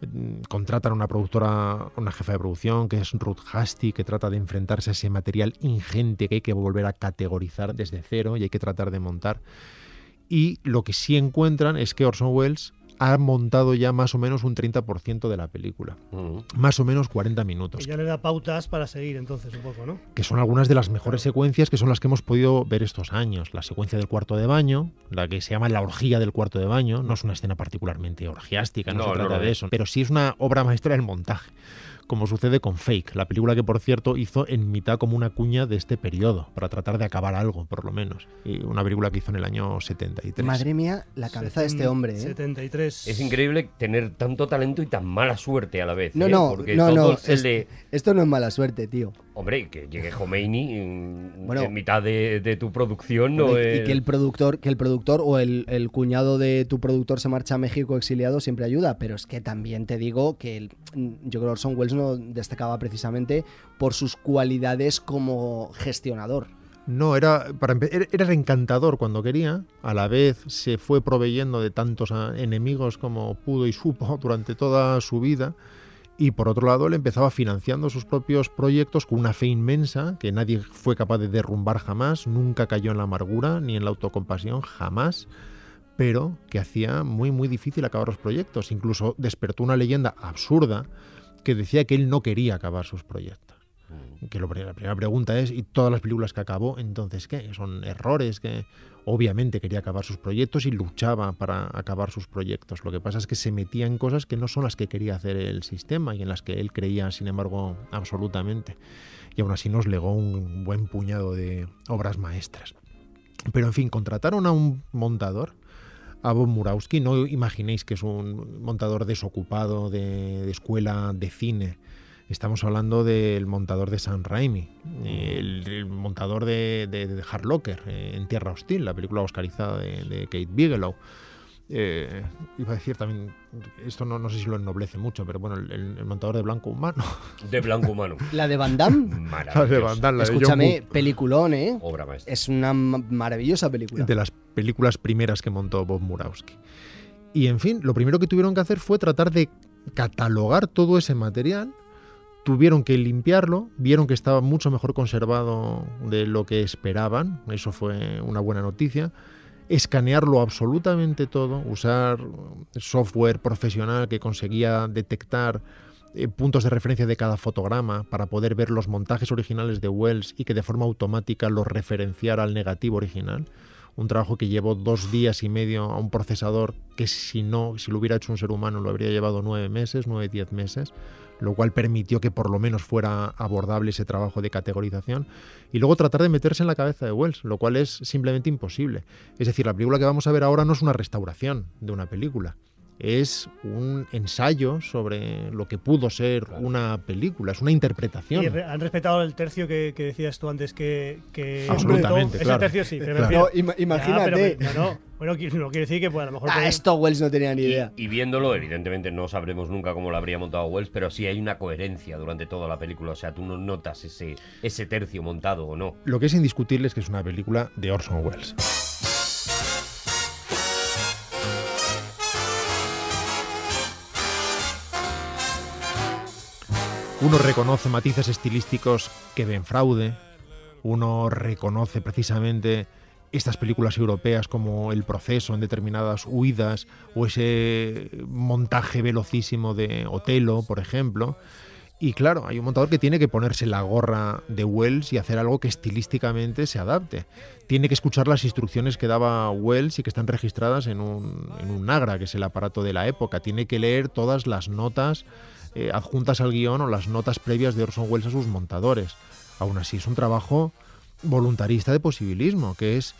mm, contratan a una productora, una jefa de producción, que es Ruth Hasty, que trata de enfrentarse a ese material ingente que hay que volver a categorizar desde cero y hay que tratar de montar. Y lo que sí encuentran es que Orson Welles ha montado ya más o menos un 30% de la película,
Mm.
más o menos 40 minutos
Que Pues ya le da pautas para seguir entonces un poco, ¿no?
que son algunas de las mejores secuencias que son las que hemos podido ver estos años. La secuencia del cuarto de baño, la que se llama la orgía del cuarto de baño, no es una escena particularmente orgiástica, no,
No,
se
no
trata
lo
de
es.
eso, pero sí es una obra maestra del montaje, como sucede con Fake, la película que por cierto hizo en mitad como una cuña de este periodo, para tratar de acabar algo, por lo menos. Y una película que hizo en el año 73.
Madre mía, la cabeza de este
Seten-
hombre, ¿eh?
73.
Es increíble tener tanto talento y tan mala suerte a la vez.
No,
¿eh?
no,
Porque
no,
todo
no.
se
es-
le-
Esto no es mala suerte, tío.
Hombre, que llegue
[LAUGHS]
Khomeini mm,
Bueno.
en mitad de, de tu producción no eh.
Hombre, y
es-
que el productor, que el productor o el, el cuñado de tu productor se marcha a México exiliado siempre ayuda, pero es que también te digo que el- mm, yo creo que Orson Welles no destacaba precisamente por sus cualidades como gestionador.
No, era, para empe- era, era encantador cuando quería. A la vez se fue proveyendo de tantos ah, enemigos como pudo y supo [LAUGHS] durante toda su vida. Y por otro lado, le empezaba financiando sus propios proyectos con una fe inmensa que nadie fue capaz de derrumbar jamás. Nunca cayó en la amargura ni en la autocompasión, jamás. pero que hacía muy, muy difícil acabar los proyectos. Incluso despertó una leyenda absurda que decía que él no quería acabar sus proyectos. Que lo- la primera pregunta es, ¿y todas las películas que acabó, entonces qué? Son errores que obviamente quería acabar sus proyectos y luchaba para acabar sus proyectos. Lo que pasa es que se metía en cosas que no son las que quería hacer el sistema y en las que él creía, sin embargo, absolutamente. Y aún así nos legó un buen puñado de obras maestras. Pero en fin, contrataron a un montador, a Bob Murowski. No imaginéis que es un montador desocupado de, de escuela de cine. Estamos hablando del montador de Sam Raimi, el, el montador de, de- de Hard Locker, eh, en Tierra Hostil, la película oscarizada de, de Kate Bigelow. Eh, iba a decir también, esto no, no sé si lo ennoblece mucho, pero bueno, el, el- el montador de Blanco Humano. [LAUGHS]
De Blanco Humano.
La de
[LAUGHS]
Van Damme. [LAUGHS]
La de Van Damme, la de John
Escúchame,
Woo.
peliculón, ¿eh?
Obra maestra.
Es una ma- maravillosa película.
de las películas primeras que montó Bob Murowski. Y en fin, lo primero que tuvieron que hacer fue tratar de catalogar todo ese material. Tuvieron que limpiarlo, vieron que estaba mucho mejor conservado de lo que esperaban, eso fue una buena noticia. Escanearlo absolutamente todo, usar software profesional que conseguía detectar eh, puntos de referencia de cada fotograma para poder ver los montajes originales de Wells y que de forma automática los referenciara al negativo original. Un trabajo que llevó dos días y medio a un procesador que si no, si lo hubiera hecho un ser humano, lo habría llevado nueve meses, nueve, diez meses, lo cual permitió que por lo menos fuera abordable ese trabajo de categorización. Y luego tratar de meterse en la cabeza de Wells, lo cual es simplemente imposible. Es decir, la película que vamos a ver ahora no es una restauración de una película es un ensayo sobre lo que pudo ser una película, es una interpretación.
Y re- han respetado el tercio que, que decías tú antes que. que
Absolutamente,
Ese
claro.
tercio sí. Pero me
Claro.
refiero-
No, ima-
Ya,
imagínate.
Ah, pero que- no, no. Bueno, qui- no quiere decir que pues, a lo mejor.
Ah,
pueden-
esto Wells no tenía ni idea.
Y viéndolo, evidentemente no sabremos nunca cómo lo habría montado Wells, pero sí hay una coherencia durante toda la película. O sea, tú no notas ese, ese tercio montado o no.
Lo que es indiscutible es que es una película de Orson Welles. Uno reconoce matices estilísticos que ven fraude, uno reconoce precisamente estas películas europeas como el proceso en determinadas huidas o ese montaje velocísimo de Otelo, por ejemplo. Y claro, hay un montador que tiene que ponerse la gorra de Wells y hacer algo que estilísticamente se adapte. Tiene que escuchar las instrucciones que daba Wells y que están registradas en un, en un Nagra, que es el aparato de la época. Tiene que leer todas las notas eh, adjuntas al guión o las notas previas de Orson Welles a sus montadores. Aún así, es un trabajo voluntarista de posibilismo, que es,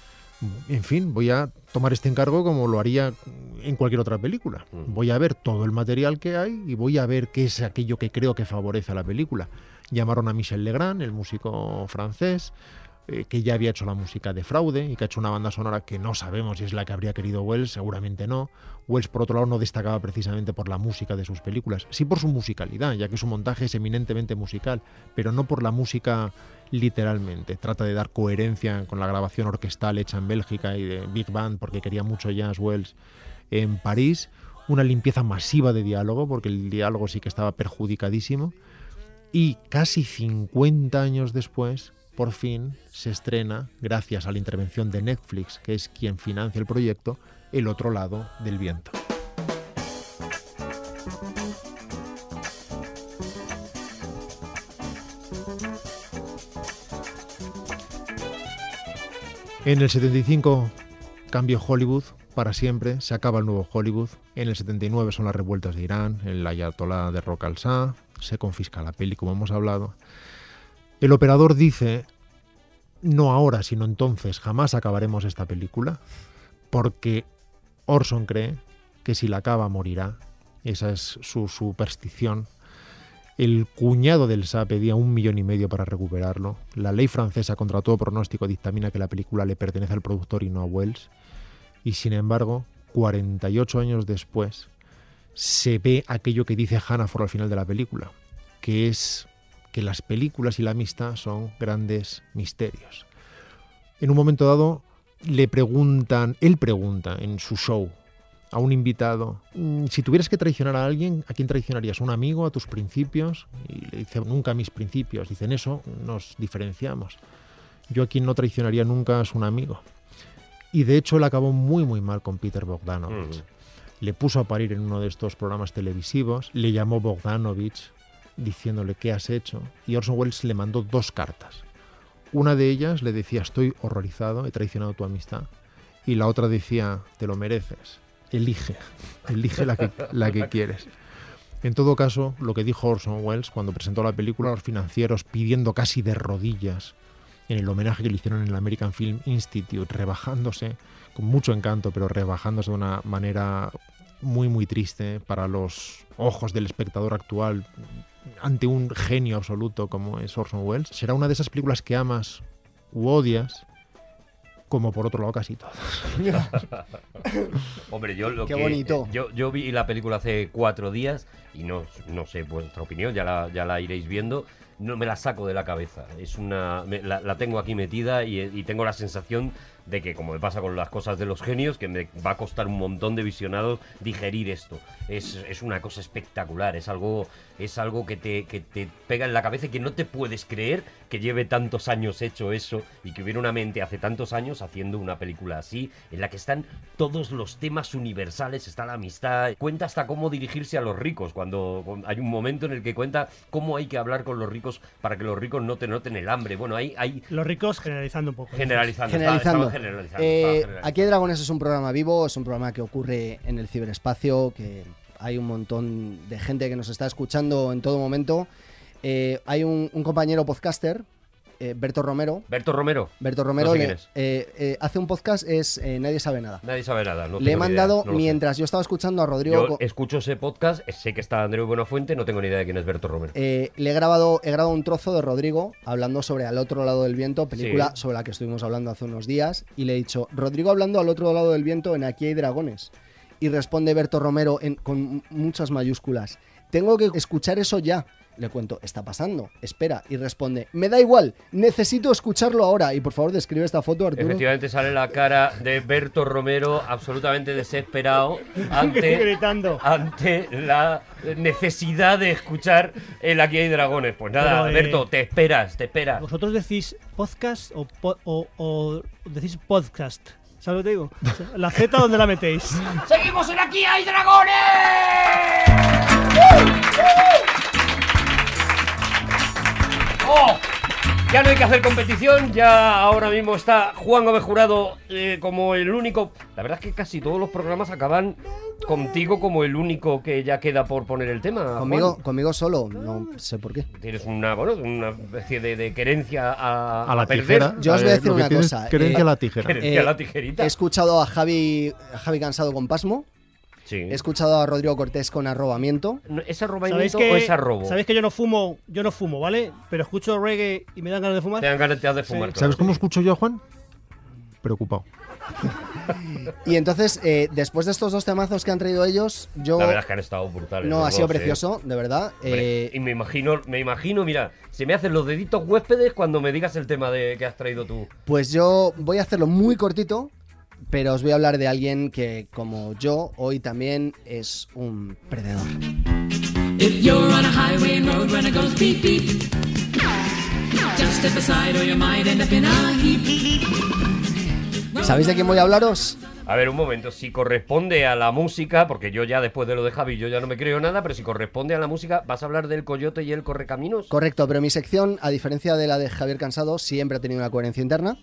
en fin, voy a tomar este encargo como lo haría en cualquier otra película. Voy a ver todo el material que hay y voy a ver qué es aquello que creo que favorece a la película. Llamaron a Michel Legrand, el músico francés, eh, que ya había hecho la música de Fraude y que ha hecho una banda sonora que no sabemos si es la que habría querido Wells, seguramente no. Wells, por otro lado, no destacaba precisamente por la música de sus películas, sí por su musicalidad, ya que su montaje es eminentemente musical, pero no por la música literalmente. Trata de dar coherencia con la grabación orquestal hecha en Bélgica y de Big Band, porque quería mucho jazz Wells en París. Una limpieza masiva de diálogo, porque el diálogo sí que estaba perjudicadísimo. Y casi 50 años después, por fin se estrena, gracias a la intervención de Netflix, que es quien financia el proyecto, El otro lado del viento. En el 75 cambio Hollywood para siempre, se acaba el nuevo Hollywood. En el 79 son las revueltas de Irán, el ayatolá de Rock al Shah, se confisca la peli como hemos hablado. El operador dice, no ahora, sino entonces, jamás acabaremos esta película, porque Orson cree que si la acaba morirá. Esa es su superstición. El cuñado del SA pedía un millón y medio para recuperarlo. La ley francesa contra todo pronóstico dictamina que la película le pertenece al productor y no a Wells. Y sin embargo, 48 años después, se ve aquello que dice Hannaford al final de la película, que es que las películas y la amistad son grandes misterios. En un momento dado le preguntan, él pregunta en su show a un invitado, "Mm, si tuvieras que traicionar a alguien, ¿a quién traicionarías? ¿A un amigo? ¿A tus principios? Y le dice, nunca mis principios. Dicen, eso nos diferenciamos. Yo a quien no traicionaría nunca es un amigo. Y de hecho él acabó muy muy mal con Peter Bogdanovich. Le puso a parir en uno de estos programas televisivos, le llamó Bogdanovich diciéndole qué has hecho y Orson Welles le mandó dos cartas. Una de ellas le decía estoy horrorizado, he traicionado tu amistad y la otra decía te lo mereces, elige, [LAUGHS] elige la que, la que quieres. En todo caso, lo que dijo Orson Welles cuando presentó la película a los financieros pidiendo casi de rodillas en el homenaje que le hicieron en el American Film Institute, rebajándose con mucho encanto, pero rebajándose de una manera muy muy triste para los ojos del espectador actual ante un genio absoluto como es Orson Welles. Será una de esas películas que amas u odias, como por otro lado casi todas.
[LAUGHS]
Hombre, yo lo
Qué
que- eh,
bonito.
Yo, yo vi la película hace cuatro días y no, no sé vuestra opinión, ya la, ya la iréis viendo. No me la saco de la cabeza. Es una. me- la, la tengo aquí metida y, y tengo la sensación de que, como me pasa con las cosas de los genios, que me va a costar un montón de visionados digerir esto. Es, es una cosa espectacular, es algo, es algo que te, que te pega en la cabeza y que no te puedes creer que lleve tantos años hecho eso y que hubiera una mente hace tantos años haciendo una película así, en la que están todos los temas universales, está la amistad, cuenta hasta cómo dirigirse a los ricos, cuando cuando hay un momento en el que cuenta cómo hay que hablar con los ricos para que los ricos no te noten el hambre. Bueno, hay, hay
Los ricos generalizando un poco. ¿no?
generalizando, estaba-
Generalizando.
estaba generalizando,
Eh,
estaba generalizando.
Aquí Dragones es un programa vivo, es un programa que ocurre en el ciberespacio, que hay un montón de gente que nos está escuchando en todo momento. Eh, hay un, un compañero podcaster, eh, Berto Romero.
Berto Romero.
Berto Romero
No sé
le-
quién es.
eh, eh, hace un podcast, es eh, Nadie sabe nada.
Nadie sabe nada. no tengo
le he
ni idea,
mandado,
no lo sé.
mientras yo estaba escuchando a Rodrigo...
Yo
Co-
escucho ese podcast, sé que está Andreu Buenafuente, no tengo ni idea de quién es Berto Romero.
Eh, le he grabado, he grabado un trozo de Rodrigo hablando sobre Al otro lado del viento, película
Sí.
sobre la que estuvimos hablando hace unos días, y le he dicho, Rodrigo hablando al otro lado del viento en Aquí hay dragones. Y responde Berto Romero en- con muchas mayúsculas, tengo que escuchar eso ya. Le cuento, está pasando, espera, y responde, me da igual, necesito escucharlo ahora. Y por favor, describe esta foto, Arturo.
Efectivamente sale la cara de Berto Romero absolutamente desesperado ante,
[LAUGHS] Gritando.
ante la necesidad de escuchar el Aquí hay dragones. Pues nada,
Pero, eh,
Berto, te esperas, te esperas.
¿Vosotros decís podcast o, po- o- o decís podcast? ¿Sabes lo que te digo? O sea, La Z, ¿dónde la
[LAUGHS]
metéis?
¡Seguimos en Aquí hay dragones!
¡Oh! Ya no hay que hacer competición, ya ahora mismo está Juan Gómez Jurado eh, como el único... La verdad es que casi todos los programas acaban contigo como el único que ya queda por poner el tema. Juan.
Conmigo, conmigo solo, no sé por qué.
Tienes una, bueno, una especie de, de querencia a,
A la
perder.
tijera.
Yo os voy a
Eh,
decir
lo que
una
tienes
cosa,
Creencia
eh,
a la
[LAUGHS]
tijera.
Querencia a
Eh,
la tijerita.
He escuchado a Javi, a Javi Cansado con Pasmo,
Sí.
he escuchado a Rodrigo Cortés con arrobamiento.
No, ¿Es
¿Sabéis
arrobamiento
que,
o es arrobo?
Sabéis que yo no fumo, yo no fumo, ¿vale? Pero escucho reggae y me dan ganas de fumar.
Te dan ganas de fumar. claro,
¿Sabes
sí.
cómo escucho yo a Juan? Preocupado.
Y entonces, eh, después de estos dos temazos que han traído ellos, yo.
La verdad es que han estado brutales.
no,
los
ha sido
dos, eh.
precioso, de verdad.
Hombre,
Eh,
y me imagino, me imagino, mira, se me hacen los deditos huéspedes cuando me digas el tema de que has traído tú.
pues yo voy a hacerlo muy cortito, pero os voy a hablar de alguien que, como yo, hoy también es un perdedor.
If you're on a highway road when it goes beep beep, just step aside or you might end up in a heap.
¿Sabéis de quién voy a hablaros?
A ver, un momento, si corresponde a la música, porque yo ya después de lo de Javi, yo ya no me creo nada, pero si corresponde a la música, ¿vas a hablar del coyote y el correcaminos?
Correcto, pero mi sección, a diferencia de la de Javier Cansado, siempre ha tenido una coherencia interna.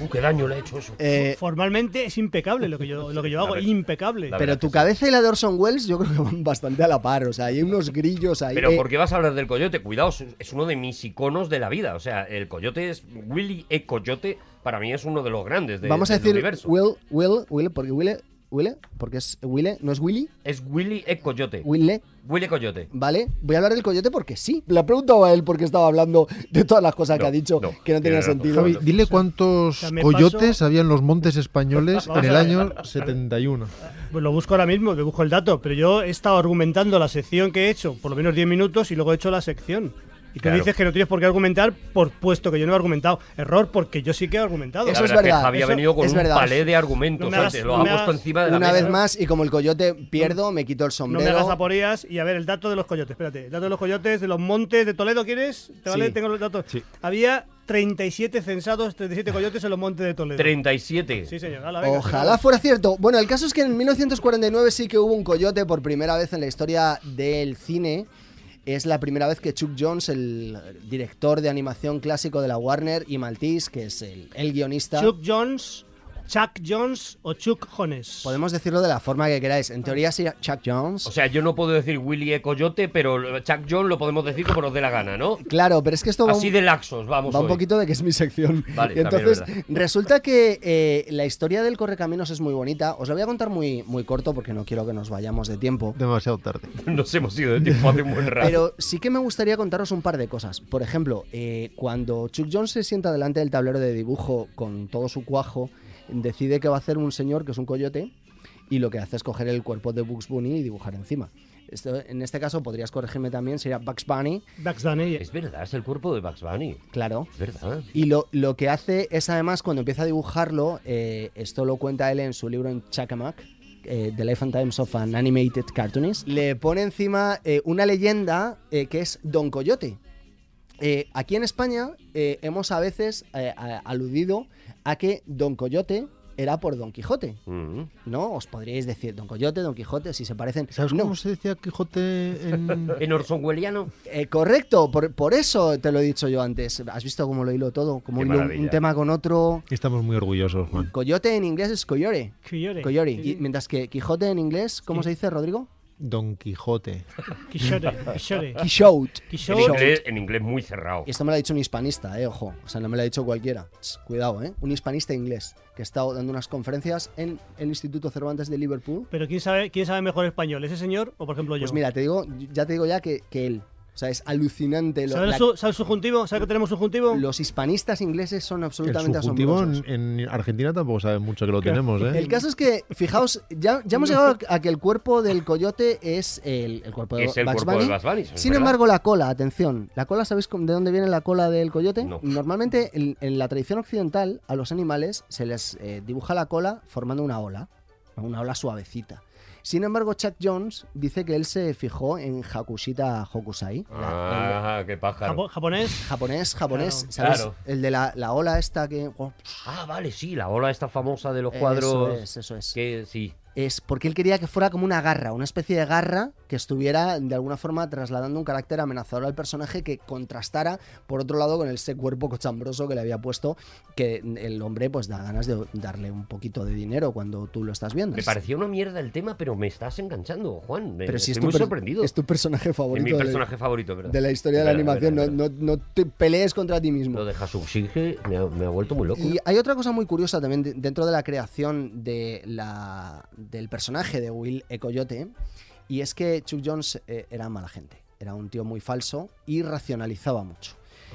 Uh, qué daño le ha hecho eso.
Eh,
Formalmente es impecable lo que yo, lo
[LAUGHS]
que yo hago,
ver-
impecable.
la
pero tu cabeza y la de Orson Welles, yo creo que van bastante a la par. O sea, hay unos grillos ahí.
Pero
eh,
¿por qué vas a hablar del coyote? Cuidado, es- es uno de mis iconos de la vida. O sea, el coyote es. Willy E. Coyote para mí es uno de los grandes de,
vamos a
del
decir
universo.
Will, Will, Will, porque Will, Will, porque es Will, no es Willy,
Es Willy E. Coyote.
Will,
Willy E. Coyote.
¿Vale? Voy a hablar del coyote porque sí. Le he preguntado a él porque estaba hablando de todas las cosas que
No,
ha dicho
no,
que no tenía
tiene razón.
sentido.
Javi, dile cuántos
sea, me
coyotes
paso-
había en los montes españoles
Vamos
en el
a ver.
año 71.
Pues lo busco ahora mismo, que busco el dato, pero yo he estado argumentando la sección que he hecho, por lo menos 10 minutos, y luego he hecho la sección. Y tú
Claro.
dices que no tienes por qué argumentar, por puesto que yo no he argumentado. Error, porque yo sí que he argumentado.
La Eso es verdad es que verdad. Javi ha Eso venido con es un verdad. palé de argumentos
me hagas-
antes, lo ha
me hagas-
puesto encima de la
una
Una
vez
vez más, y como el coyote pierdo, me quito el
No me hagas
sombrero.
aporías. Y a ver, el dato de los coyotes. Espérate, el dato de los coyotes de los montes de Toledo, ¿quieres? ¿Te vale?
Sí.
Tengo los datos. Había 37 censados, 37 coyotes en los montes de Toledo.
37.
Sí, señor. Ala, Ah, venga,
Ojalá fuera cierto. Bueno, el caso es que en 1949 sí que hubo un coyote por primera vez en la historia del cine. Es la primera vez que Chuck Jones, el director de animación clásico de la Warner, y Maltese, que es el, el guionista.
Chuck Jones, Chuck Jones o Chuck Jones.
Podemos decirlo de la forma que queráis. En teoría sería Chuck Jones.
O sea, yo no puedo decir Willy E. Coyote, pero Chuck John lo podemos decir como nos dé la gana, ¿no?
Claro, pero es que esto va, un-
Así de laxos, vamos
va
hoy.
un poquito de que es mi sección.
Vale,
Y
también
entonces,
es verdad.
resulta que eh, la historia del Correcaminos es muy bonita. Os la voy a contar muy, muy corto porque no quiero que nos vayamos de tiempo.
Demasiado tarde.
[LAUGHS] Nos hemos ido de tiempo hace un buen rato.
Pero sí que me gustaría contaros un par de cosas. Por ejemplo, eh, cuando Chuck Jones se sienta delante del tablero de dibujo con todo su cuajo, decide que va a hacer un señor que es un coyote y lo que hace es coger el cuerpo de Bugs Bunny y dibujar encima. Esto, en este caso podrías corregirme también, sería Bugs Bunny,
Bugs Bunny.
Es verdad, es el cuerpo de Bugs Bunny.
claro.
Es verdad.
Y lo, lo que hace es además cuando empieza a dibujarlo, eh, esto lo cuenta él en su libro en Chakamak, eh, The Life and Times of an Animated Cartoonist, le pone encima eh, una leyenda eh, que es Don Coyote. Eh, aquí en España eh, hemos a veces eh, a- aludido a que Don Coyote era por Don Quijote,
Mm.
¿no? Os podríais decir Don Coyote, Don Quijote, si se parecen.
¿Sabes
No.
cómo se decía Quijote [LAUGHS] en,
En Orson Wellesiano.
Eh, correcto, por, por eso te lo he dicho yo antes. ¿Has visto cómo lo hilo todo? Como
Qué
hilo un- un
maravilla.
tema con otro.
Estamos muy orgullosos, Juan.
Coyote en inglés es coyore.
Coyore.
Coyore.
Sí, sí.
Y mientras que Quijote en inglés, ¿cómo se dice, Rodrigo?
Don Quijote.
Quixote, Quixote.
Quixote.
En inglés, en inglés muy cerrado.
Y esto me lo ha dicho un hispanista, eh, ojo. O sea, no me lo ha dicho cualquiera. Ch, Cuidado, eh. Un hispanista inglés que ha estado dando unas conferencias en el Instituto Cervantes de Liverpool.
Pero ¿quién sabe, ¿quién sabe mejor español? ¿Ese señor o, por ejemplo, yo?
Pues mira, te digo, ya te digo ya que, que él. O sea, es alucinante. lo-
¿Sabes
la-
su- sabe el subjuntivo? ¿Sabes que tenemos subjuntivo?
los hispanistas ingleses son
El
absolutamente
subjuntivo
asombrosos.
en, en Argentina tampoco sabe mucho que lo tenemos, ¿eh?
El caso es que, fijaos, ya, ya hemos llegado a que el cuerpo del coyote es el, el cuerpo de
Es el
Bugs
cuerpo de
Bunny.
Bugs Bunny, es
Sin
verdad.
embargo, la cola, atención, la cola, ¿sabéis com- de dónde viene la cola del coyote?
No.
Normalmente en, en la tradición occidental a los animales se les eh, dibuja la cola formando una ola, una ola suavecita. Sin embargo, Chuck Jones dice que él se fijó en Hakushita Hokusai,
Ah, qué pájaro.
Japo- ¿Japonés?
japonés, japonés,
Claro.
¿sabéis?
Claro.
El de la, la ola esta que... oh,
Ah, vale, sí, la ola esta famosa de los cuadros.
Eso es, eso es.
Que sí.
es porque él quería que fuera como una garra, una especie de garra que estuviera de alguna forma trasladando un carácter amenazador al personaje que contrastara, por otro lado, con ese cuerpo cochambroso que le había puesto, que el hombre pues da ganas de darle un poquito de dinero cuando tú lo estás viendo.
Me pareció una mierda el tema, pero me estás enganchando, Juan. Me,
Pero si es
estoy
tu,
muy
per-
sorprendido.
es tu personaje
Es
favorito.
mi
de-
personaje favorito, ¿verdad?
de la historia de la
Es verdad,
animación,
es verdad, es
no,
verdad.
no- no te pelees contra ti mismo.
Lo de Hasusige me ha, me ha vuelto muy loco.
Y hay otra cosa muy curiosa también de- dentro de la creación de la, del personaje de Will E. Coyote, y es que Chuck Jones eh, era mala gente, era un tío muy falso y racionalizaba mucho.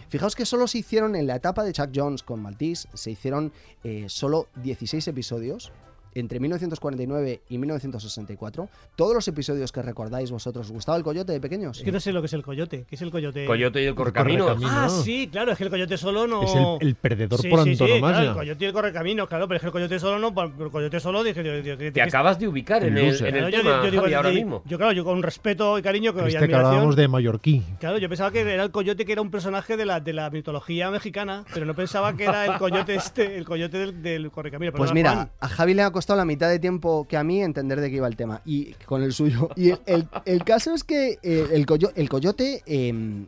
Fijaos que solo se hicieron en la etapa de Chuck Jones con Maltese, se hicieron eh, solo 16 episodios entre 1949 y 1964. Todos los episodios que recordáis vosotros, ¿os gustaba el coyote de pequeños?
Es que no sé lo que es el coyote. ¿Qué es Eh, el coyote?
Coyote y el Correcamino.
Correcamino.
Ah, sí, claro, es que el coyote solo no.
Es el, el perdedor
Sí,
por
sí, sí,
antonomasia.
claro, el coyote y el correcaminos, claro, pero es que el coyote solo no, pa- el coyote solo dije, yo, yo-
Te
que-
acabas de ubicar en el,
Loser.
en
Claro,
el
¿eh? yo-
tema,
yo digo,
Javi, ahora
yo-
mismo.
Yo, claro, yo con respeto y cariño que- y
Este que
admiración.
hablábamos de Mallorquí.
Claro, yo pensaba que era el coyote que era un personaje de la, de la mitología mexicana, pero no pensaba que era el coyote este, el coyote del, del correcaminos.
Pues
Perdona, Juan.
mira, a Javi le ha costado la mitad de tiempo que a mí entender de qué iba el tema. Y con el suyo. Y el, el- el caso es que eh, el, coyo- el coyote. eh,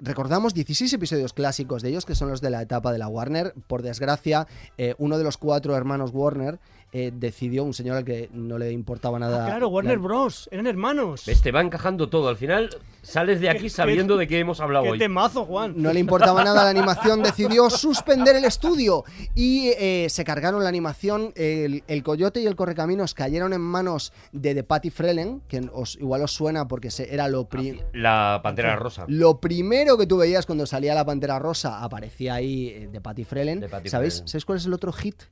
recordamos 16 episodios clásicos de ellos, que son los de la etapa de la Warner. Por desgracia, eh, uno de los cuatro hermanos Warner eh, decidió, un señor al que no le importaba nada.
Ah, Claro, Warner
la-
Bros. Eran hermanos.
Ves, te va encajando todo. Al final sales de aquí
qué-
sabiendo de qué hemos hablado
Qué
hoy.
temazo, Juan.
No le importaba nada la animación, decidió suspender el estudio y eh, se cargaron la animación. El, el coyote y el correcaminos cayeron en manos de The Patty Frelen, que os- igual os suena porque se- era lo, pri-
La Pantera Rosa.
lo primero que tú veías cuando salía la pantera rosa. Aparecía ahí eh, The Patty Frelen.
The Patty
¿Sabéis,
Freleng.
¿Sabéis cuál es el otro hit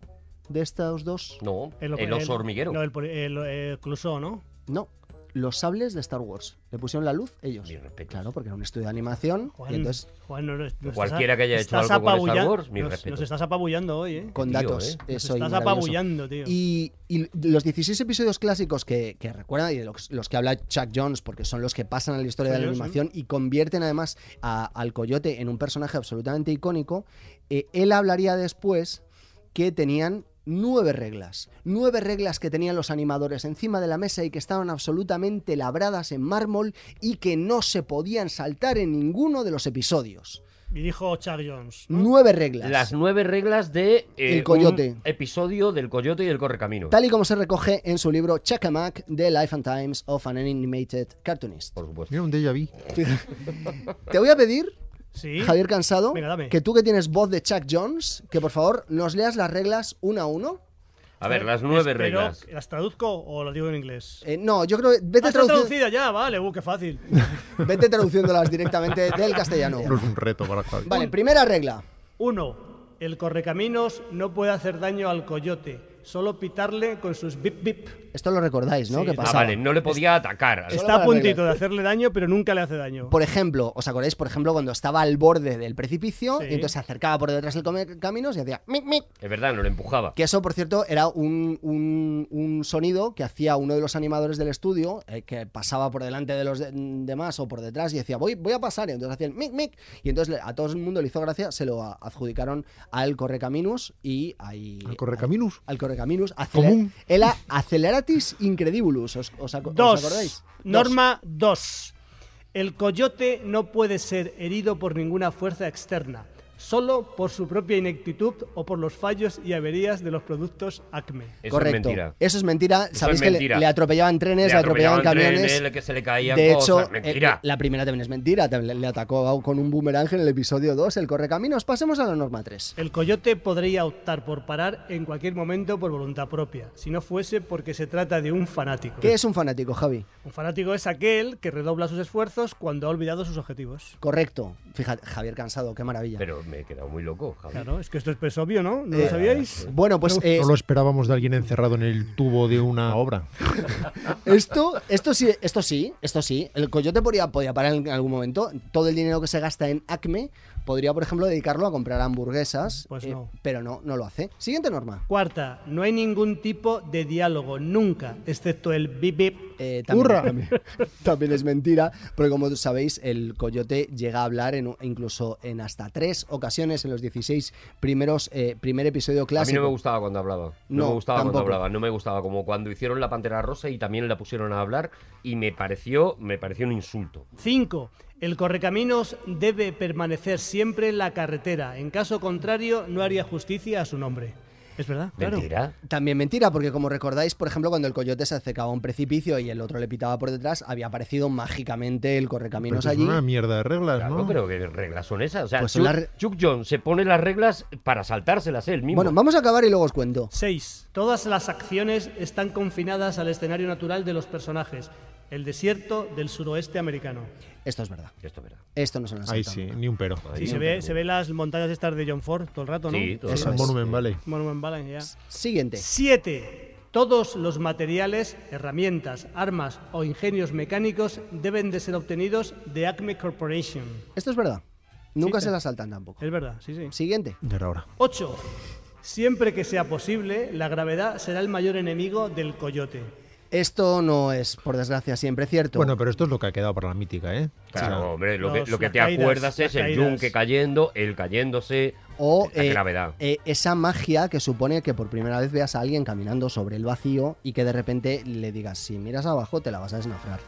de estos dos?
No,
El-
el oso hormiguero.
No, el, poli- el, eh, Clouseau, ¿no?
No. los sables de Star Wars. Le pusieron la luz ellos. Claro, porque era un estudio de animación.
Juan,
y entonces,
Juan, no, no, nos estás-
Cualquiera que haya hecho
estás
algo con Star
apabulla-
Wars, mis
nos,
respetos.
nos estás apabullando hoy, ¿eh?
con datos,
Nos
eso y
estás
maravilloso.
apabullando, tío.
Y, y los 16 episodios clásicos que, que recuerdan y de los, los que habla Chuck Jones, porque son los que pasan a la historia de la
Chuck Jones,
animación y convierten además a- al coyote en un personaje absolutamente icónico, eh, él hablaría después que tenían nueve reglas, nueve reglas que tenían los animadores encima de la mesa y que estaban absolutamente labradas en mármol y que no se podían saltar en ninguno de los episodios.
Y dijo Chuck Jones.
Nueve reglas.
Las nueve reglas de eh,
El Coyote.
un episodio del Coyote y el Correcamino.
Tal y como se recoge en su libro Chacamac, The Life and Times of an Animated Cartoonist.
Por supuesto.
Mira un déjà vu.
Te voy a pedir,
Sí.
Javier Cansado,
Venga, dame.
que tú que tienes voz de Chuck Jones, que por favor nos leas las reglas una a uno.
A ver, las nueve
Espero-
reglas.
¿Las traduzco o las digo en inglés?
Eh, no, yo creo que vete,
Ah, está
traduci-
traducida ya, vale, uh, qué fácil.
vete traduciéndolas directamente del
[LAUGHS]
castellano.
No es un reto para Javi.
Vale, primera regla.
Uno, el correcaminos no puede hacer daño al coyote, solo pitarle con sus bip bip.
Esto lo recordáis, ¿no?
Sí.
¿Qué
Ah,
Ah,
pasa?
vale, no le podía atacar. al-
Está a
para
puntito
arreglar.
de hacerle daño, pero nunca le hace daño.
Por ejemplo, ¿os acordáis, por ejemplo, cuando estaba al borde del precipicio
Sí.
y entonces se acercaba por detrás del come- caminos y hacía mic, mic,
Es verdad, no le empujaba.
Que eso, por cierto, era un, un- un sonido que hacía uno de los animadores del estudio, eh, que pasaba por delante de los de- demás o por detrás y decía, voy, voy a pasar. Y entonces hacían mic, mic. Y entonces le- a todo el mundo le hizo gracia, se lo a- adjudicaron al Correcaminos y ahí.
Al Correcaminus.
Al Correcaminos.
Común.
Era Acceleratis Incredibulus. ¿Os, os aco- os
Dos,
acordáis? Dos.
norma dos. El coyote no puede ser herido por ninguna fuerza externa, solo por su propia ineptitud o por los fallos y averías de los productos ACME.
Eso
Correcto.
es mentira.
Eso es mentira.
Eso
Sabéis
es
que le-
mentira.
le, atropellaban trenes, le, atropellaban, camiones.
trenes, que se le caían
De
cosas.
hecho, eh,
Mentira.
la primera también es mentira. también Le, le atacó a- con un boomerang en el episodio 2, el correcaminos. Pasemos a la norma 3.
El coyote podría optar por parar en cualquier momento por voluntad propia, si no fuese porque se trata de un fanático.
¿Qué es un fanático, Javi?
Un fanático es aquel que redobla sus esfuerzos cuando ha olvidado sus objetivos.
Correcto. Fíjate, Javier Cansado, qué maravilla.
Pero me he quedado muy loco, Javi.
Claro, es que esto es pues obvio, ¿no? ¿No lo
Eh,
sabíais?
Bueno, pues eh,
No lo esperábamos de alguien encerrado en el tubo de una obra.
esto, esto sí, esto sí, esto sí. El coyote podría, podía parar en algún momento. Todo el dinero que se gasta en Acme podría, por ejemplo, dedicarlo a comprar hamburguesas.
Pues
eh,
no.
Pero no, no lo hace. Siguiente norma.
Cuarta, no hay ningún tipo de diálogo, nunca, excepto el bip bip.
Eh, también,
¡Hurra!
También, [LAUGHS] también es mentira, porque como sabéis, el coyote llega a hablar en, un- incluso en hasta tres ocasiones en los 16 primeros, eh, primer episodio
A mí
clásico.
no me gustaba cuando hablaba. No,
No,
me gustaba cuando
tampoco.
hablaba. No me gustaba como cuando hicieron la Pantera Rosa y también la pusieron a hablar y me pareció, me pareció un insulto.
Cinco, el correcaminos debe permanecer siempre en la carretera, en caso contrario no haría justicia a su nombre. ¿Es verdad? Claro.
Mentira.
También mentira, porque como recordáis, por ejemplo, cuando el coyote se acercaba a un precipicio y el otro le pitaba por detrás, había aparecido mágicamente el
Pero
correcaminos
esto es
allí.
una mierda de reglas,
Claro,
¿no?
pero qué reglas son esas. O sea,
Pues son
Chuck,
las re-
Chuck Jones se pone las reglas para saltárselas él mismo.
Bueno, vamos a acabar y luego os cuento.
Seis, todas las acciones están confinadas al escenario natural de los personajes, el desierto del suroeste americano.
Esto es verdad.
Esto, verá.
Esto no se lo han
Ahí
saltado.
sí, ni un pero.
Sí, se ve, se ve las montañas estas de John Ford todo el rato, ¿no?
Sí, todo
Eso
el rato.
es.
Monument Valley.
Monument Valley, ya.
Siguiente.
7. Todos los materiales, herramientas, armas o ingenios mecánicos deben de ser obtenidos de Acme Corporation.
Esto es verdad. Nunca
Sí,
se
eh.
la saltan tampoco.
Es verdad, sí, sí.
Siguiente.
Ya era hora.
8. Siempre que sea posible, la gravedad será el mayor enemigo del coyote.
Esto no es, por desgracia, siempre cierto.
Bueno, pero esto es lo que ha quedado para la mítica, ¿eh?
Claro,
O sea,
hombre, lo que,
Los-
lo que
las
te
caídas,
acuerdas
las
es el
caídas.
yunque cayendo, él cayéndose,
O
la
eh,
gravedad.
eh, esa magia que supone que por primera vez veas a alguien caminando sobre el vacío y que de repente le digas, si miras abajo te la vas a desnafrar.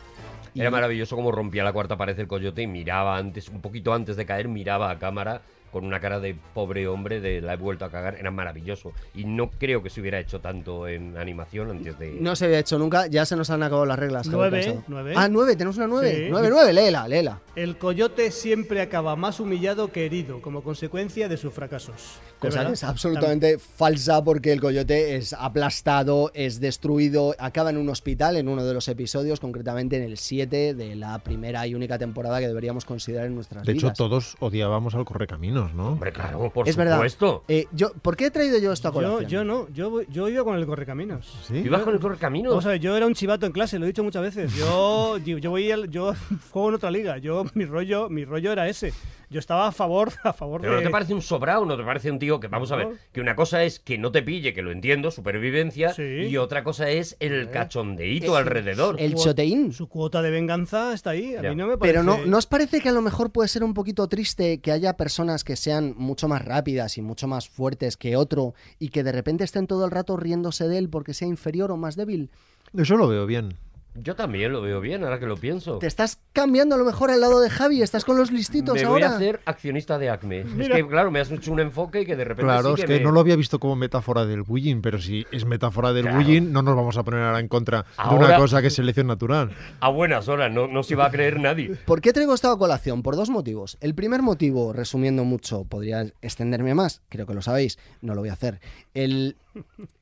Y-
Era maravilloso como rompía la cuarta pared el coyote y miraba antes, un poquito antes de caer, miraba a cámara con una cara de pobre hombre de la he vuelto a cagar. Era maravilloso. Y no creo que se hubiera hecho tanto en animación antes de...
No se había hecho nunca, ya se nos han acabado las reglas. Javier
Nueve,
Cansado.
nueve.
Ah, nueve, tenemos una nueve.
Sí.
Nueve, nueve, léela, léela.
El coyote siempre acaba más humillado que herido como consecuencia de sus fracasos. ¿Es
Cosa
verdad?
que Pues es absolutamente falsa porque el coyote es aplastado, es destruido, acaba en un hospital en uno de los episodios, concretamente en el 7 de la primera y única temporada que deberíamos considerar en nuestras
de hecho,
vidas.
todos odiábamos al Correcaminos. menos, ¿no?
Hombre, claro, por
es verdad. Eh, yo, ¿Por qué he traído yo esto a
Yo,
colación?
yo no, yo, voy- yo iba con el correcaminos.
¿Sí?
¿Ibas con el correcaminos?
Vamos a ver, yo era un chivato en clase, lo he dicho muchas veces.
[LAUGHS]
Yo, yo, yo voy al- yo [LAUGHS] juego en otra liga. Yo, mi rollo, mi rollo era ese. Yo estaba a favor, a favor
Pero
de.
no te parece un sobrado, no te parece un tío que, vamos a
No.
ver, que una cosa es que no te pille, que lo entiendo, supervivencia,
Sí.
y otra cosa es el cachondeíto
Eh,
alrededor.
El
Su-
choteín.
Su cuota de venganza está ahí. A
Ya.
mí no me parece.
Pero no, ¿no os parece que a lo mejor puede ser un poquito triste que haya personas que sean mucho más rápidas y mucho más fuertes que otro y que de repente estén todo el rato riéndose de él porque sea inferior o más débil?
Eso lo veo bien.
Yo también lo veo bien, ahora que lo pienso.
Te estás cambiando a lo mejor al lado de Javi, estás con los listitos
Me voy
ahora.
a hacer accionista de Acme.
Mira.
Es que, claro, me has hecho un enfoque que de repente.
Claro,
sí
es que
me-
no lo había visto como metáfora del bullying, pero si es metáfora del
Claro.
bullying, no nos vamos a poner ahora en contra de una
Ahora-
cosa que es selección natural.
A buenas horas, no, no se iba a creer nadie.
¿Por qué traigo esta colación? Por dos motivos. El primer motivo, resumiendo mucho, podría extenderme más, creo que lo sabéis, no lo voy a hacer. El,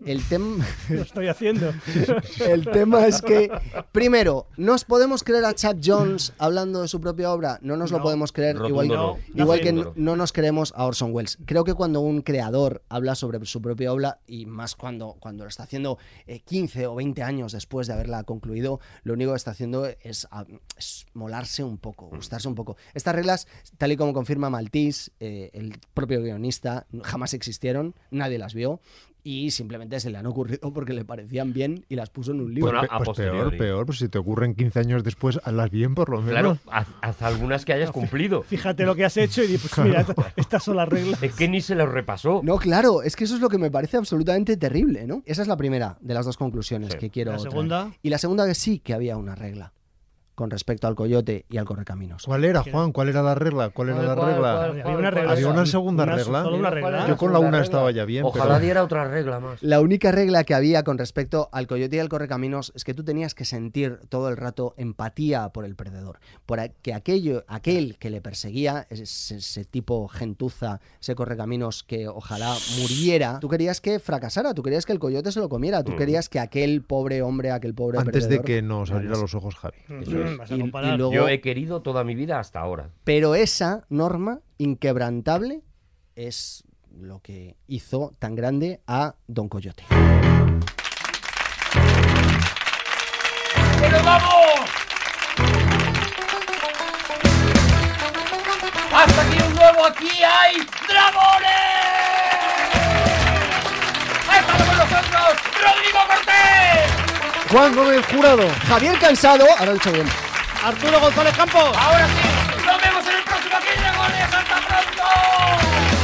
el, tem- [LAUGHS]
Lo estoy haciendo.
el tema es que, primero, nos podemos creer a Chad Jones hablando de su propia obra, no nos
No.
lo podemos creer,
Rotundo
igual, que-
no.
igual que
Rotundo
no,
no.
nos creemos a Orson Welles. Creo que cuando un creador habla sobre su propia obra, y más cuando, cuando lo está haciendo eh, 15 o 20 años después de haberla concluido, lo único que está haciendo es, ah, es molarse un poco,
Mm.
gustarse un poco. Estas reglas, tal y como confirma Maltís, eh, el propio guionista, jamás existieron, nadie las vio. Y simplemente se le han ocurrido [LAUGHS] porque le parecían bien y las puso en un libro.
Bueno,
Pe-
a
pues peor,
posteriori.
peor, pues si te ocurren 15 años después, hazlas bien por lo menos.
Claro, haz, haz algunas que hayas
[LAUGHS]
cumplido.
Fíjate lo que has hecho y dices, pues mira, esta- estas son las reglas.
Es que ni se las repasó.
No, claro, es que eso es lo que me parece absolutamente terrible, ¿no? Esa es la primera de las dos conclusiones
Sí.
que quiero.
La
traer.
segunda.
Y la segunda que sí que había una regla con respecto al coyote y al correcaminos.
¿Cuál era, Juan? ¿Cuál era la regla? ¿Cuál era la
¿Cuál,
regla?
cuál,
Había una regla.
Había una segunda
Una-
regla.
Solo una regla.
Yo con la
Segunda
una
regla.
estaba ya bien,
Ojalá
pero
diera otra regla más.
La única regla que había con respecto al coyote y al correcaminos es que tú tenías que sentir todo el rato empatía por el perdedor, por a- que aquello, aquel que le perseguía, ese, ese tipo gentuza, ese correcaminos que ojalá muriera, tú querías que fracasara, tú querías que el coyote se lo comiera, tú querías que aquel pobre hombre, aquel pobre
Mm. antes de
perdedor-
que nos abriera
Vamos.
los ojos Javi.
Mm, Vas a
Y- y
comparar.
luego-
Yo he querido toda mi vida hasta ahora.
Pero esa norma inquebrantable es lo que hizo tan grande a Don Coyote.
¡Que nos vamos! ¡Hasta aquí un nuevo Aquí hay Dragones! ¡Ha estado con nosotros Rodrigo Cortés!
Juan Gómez Jurado.
Javier Cansado, ahora lo he hecho bien.
Arturo González Campos.
Ahora sí, nos vemos en el próximo Aquí hay Dragones. ¡Hasta pronto!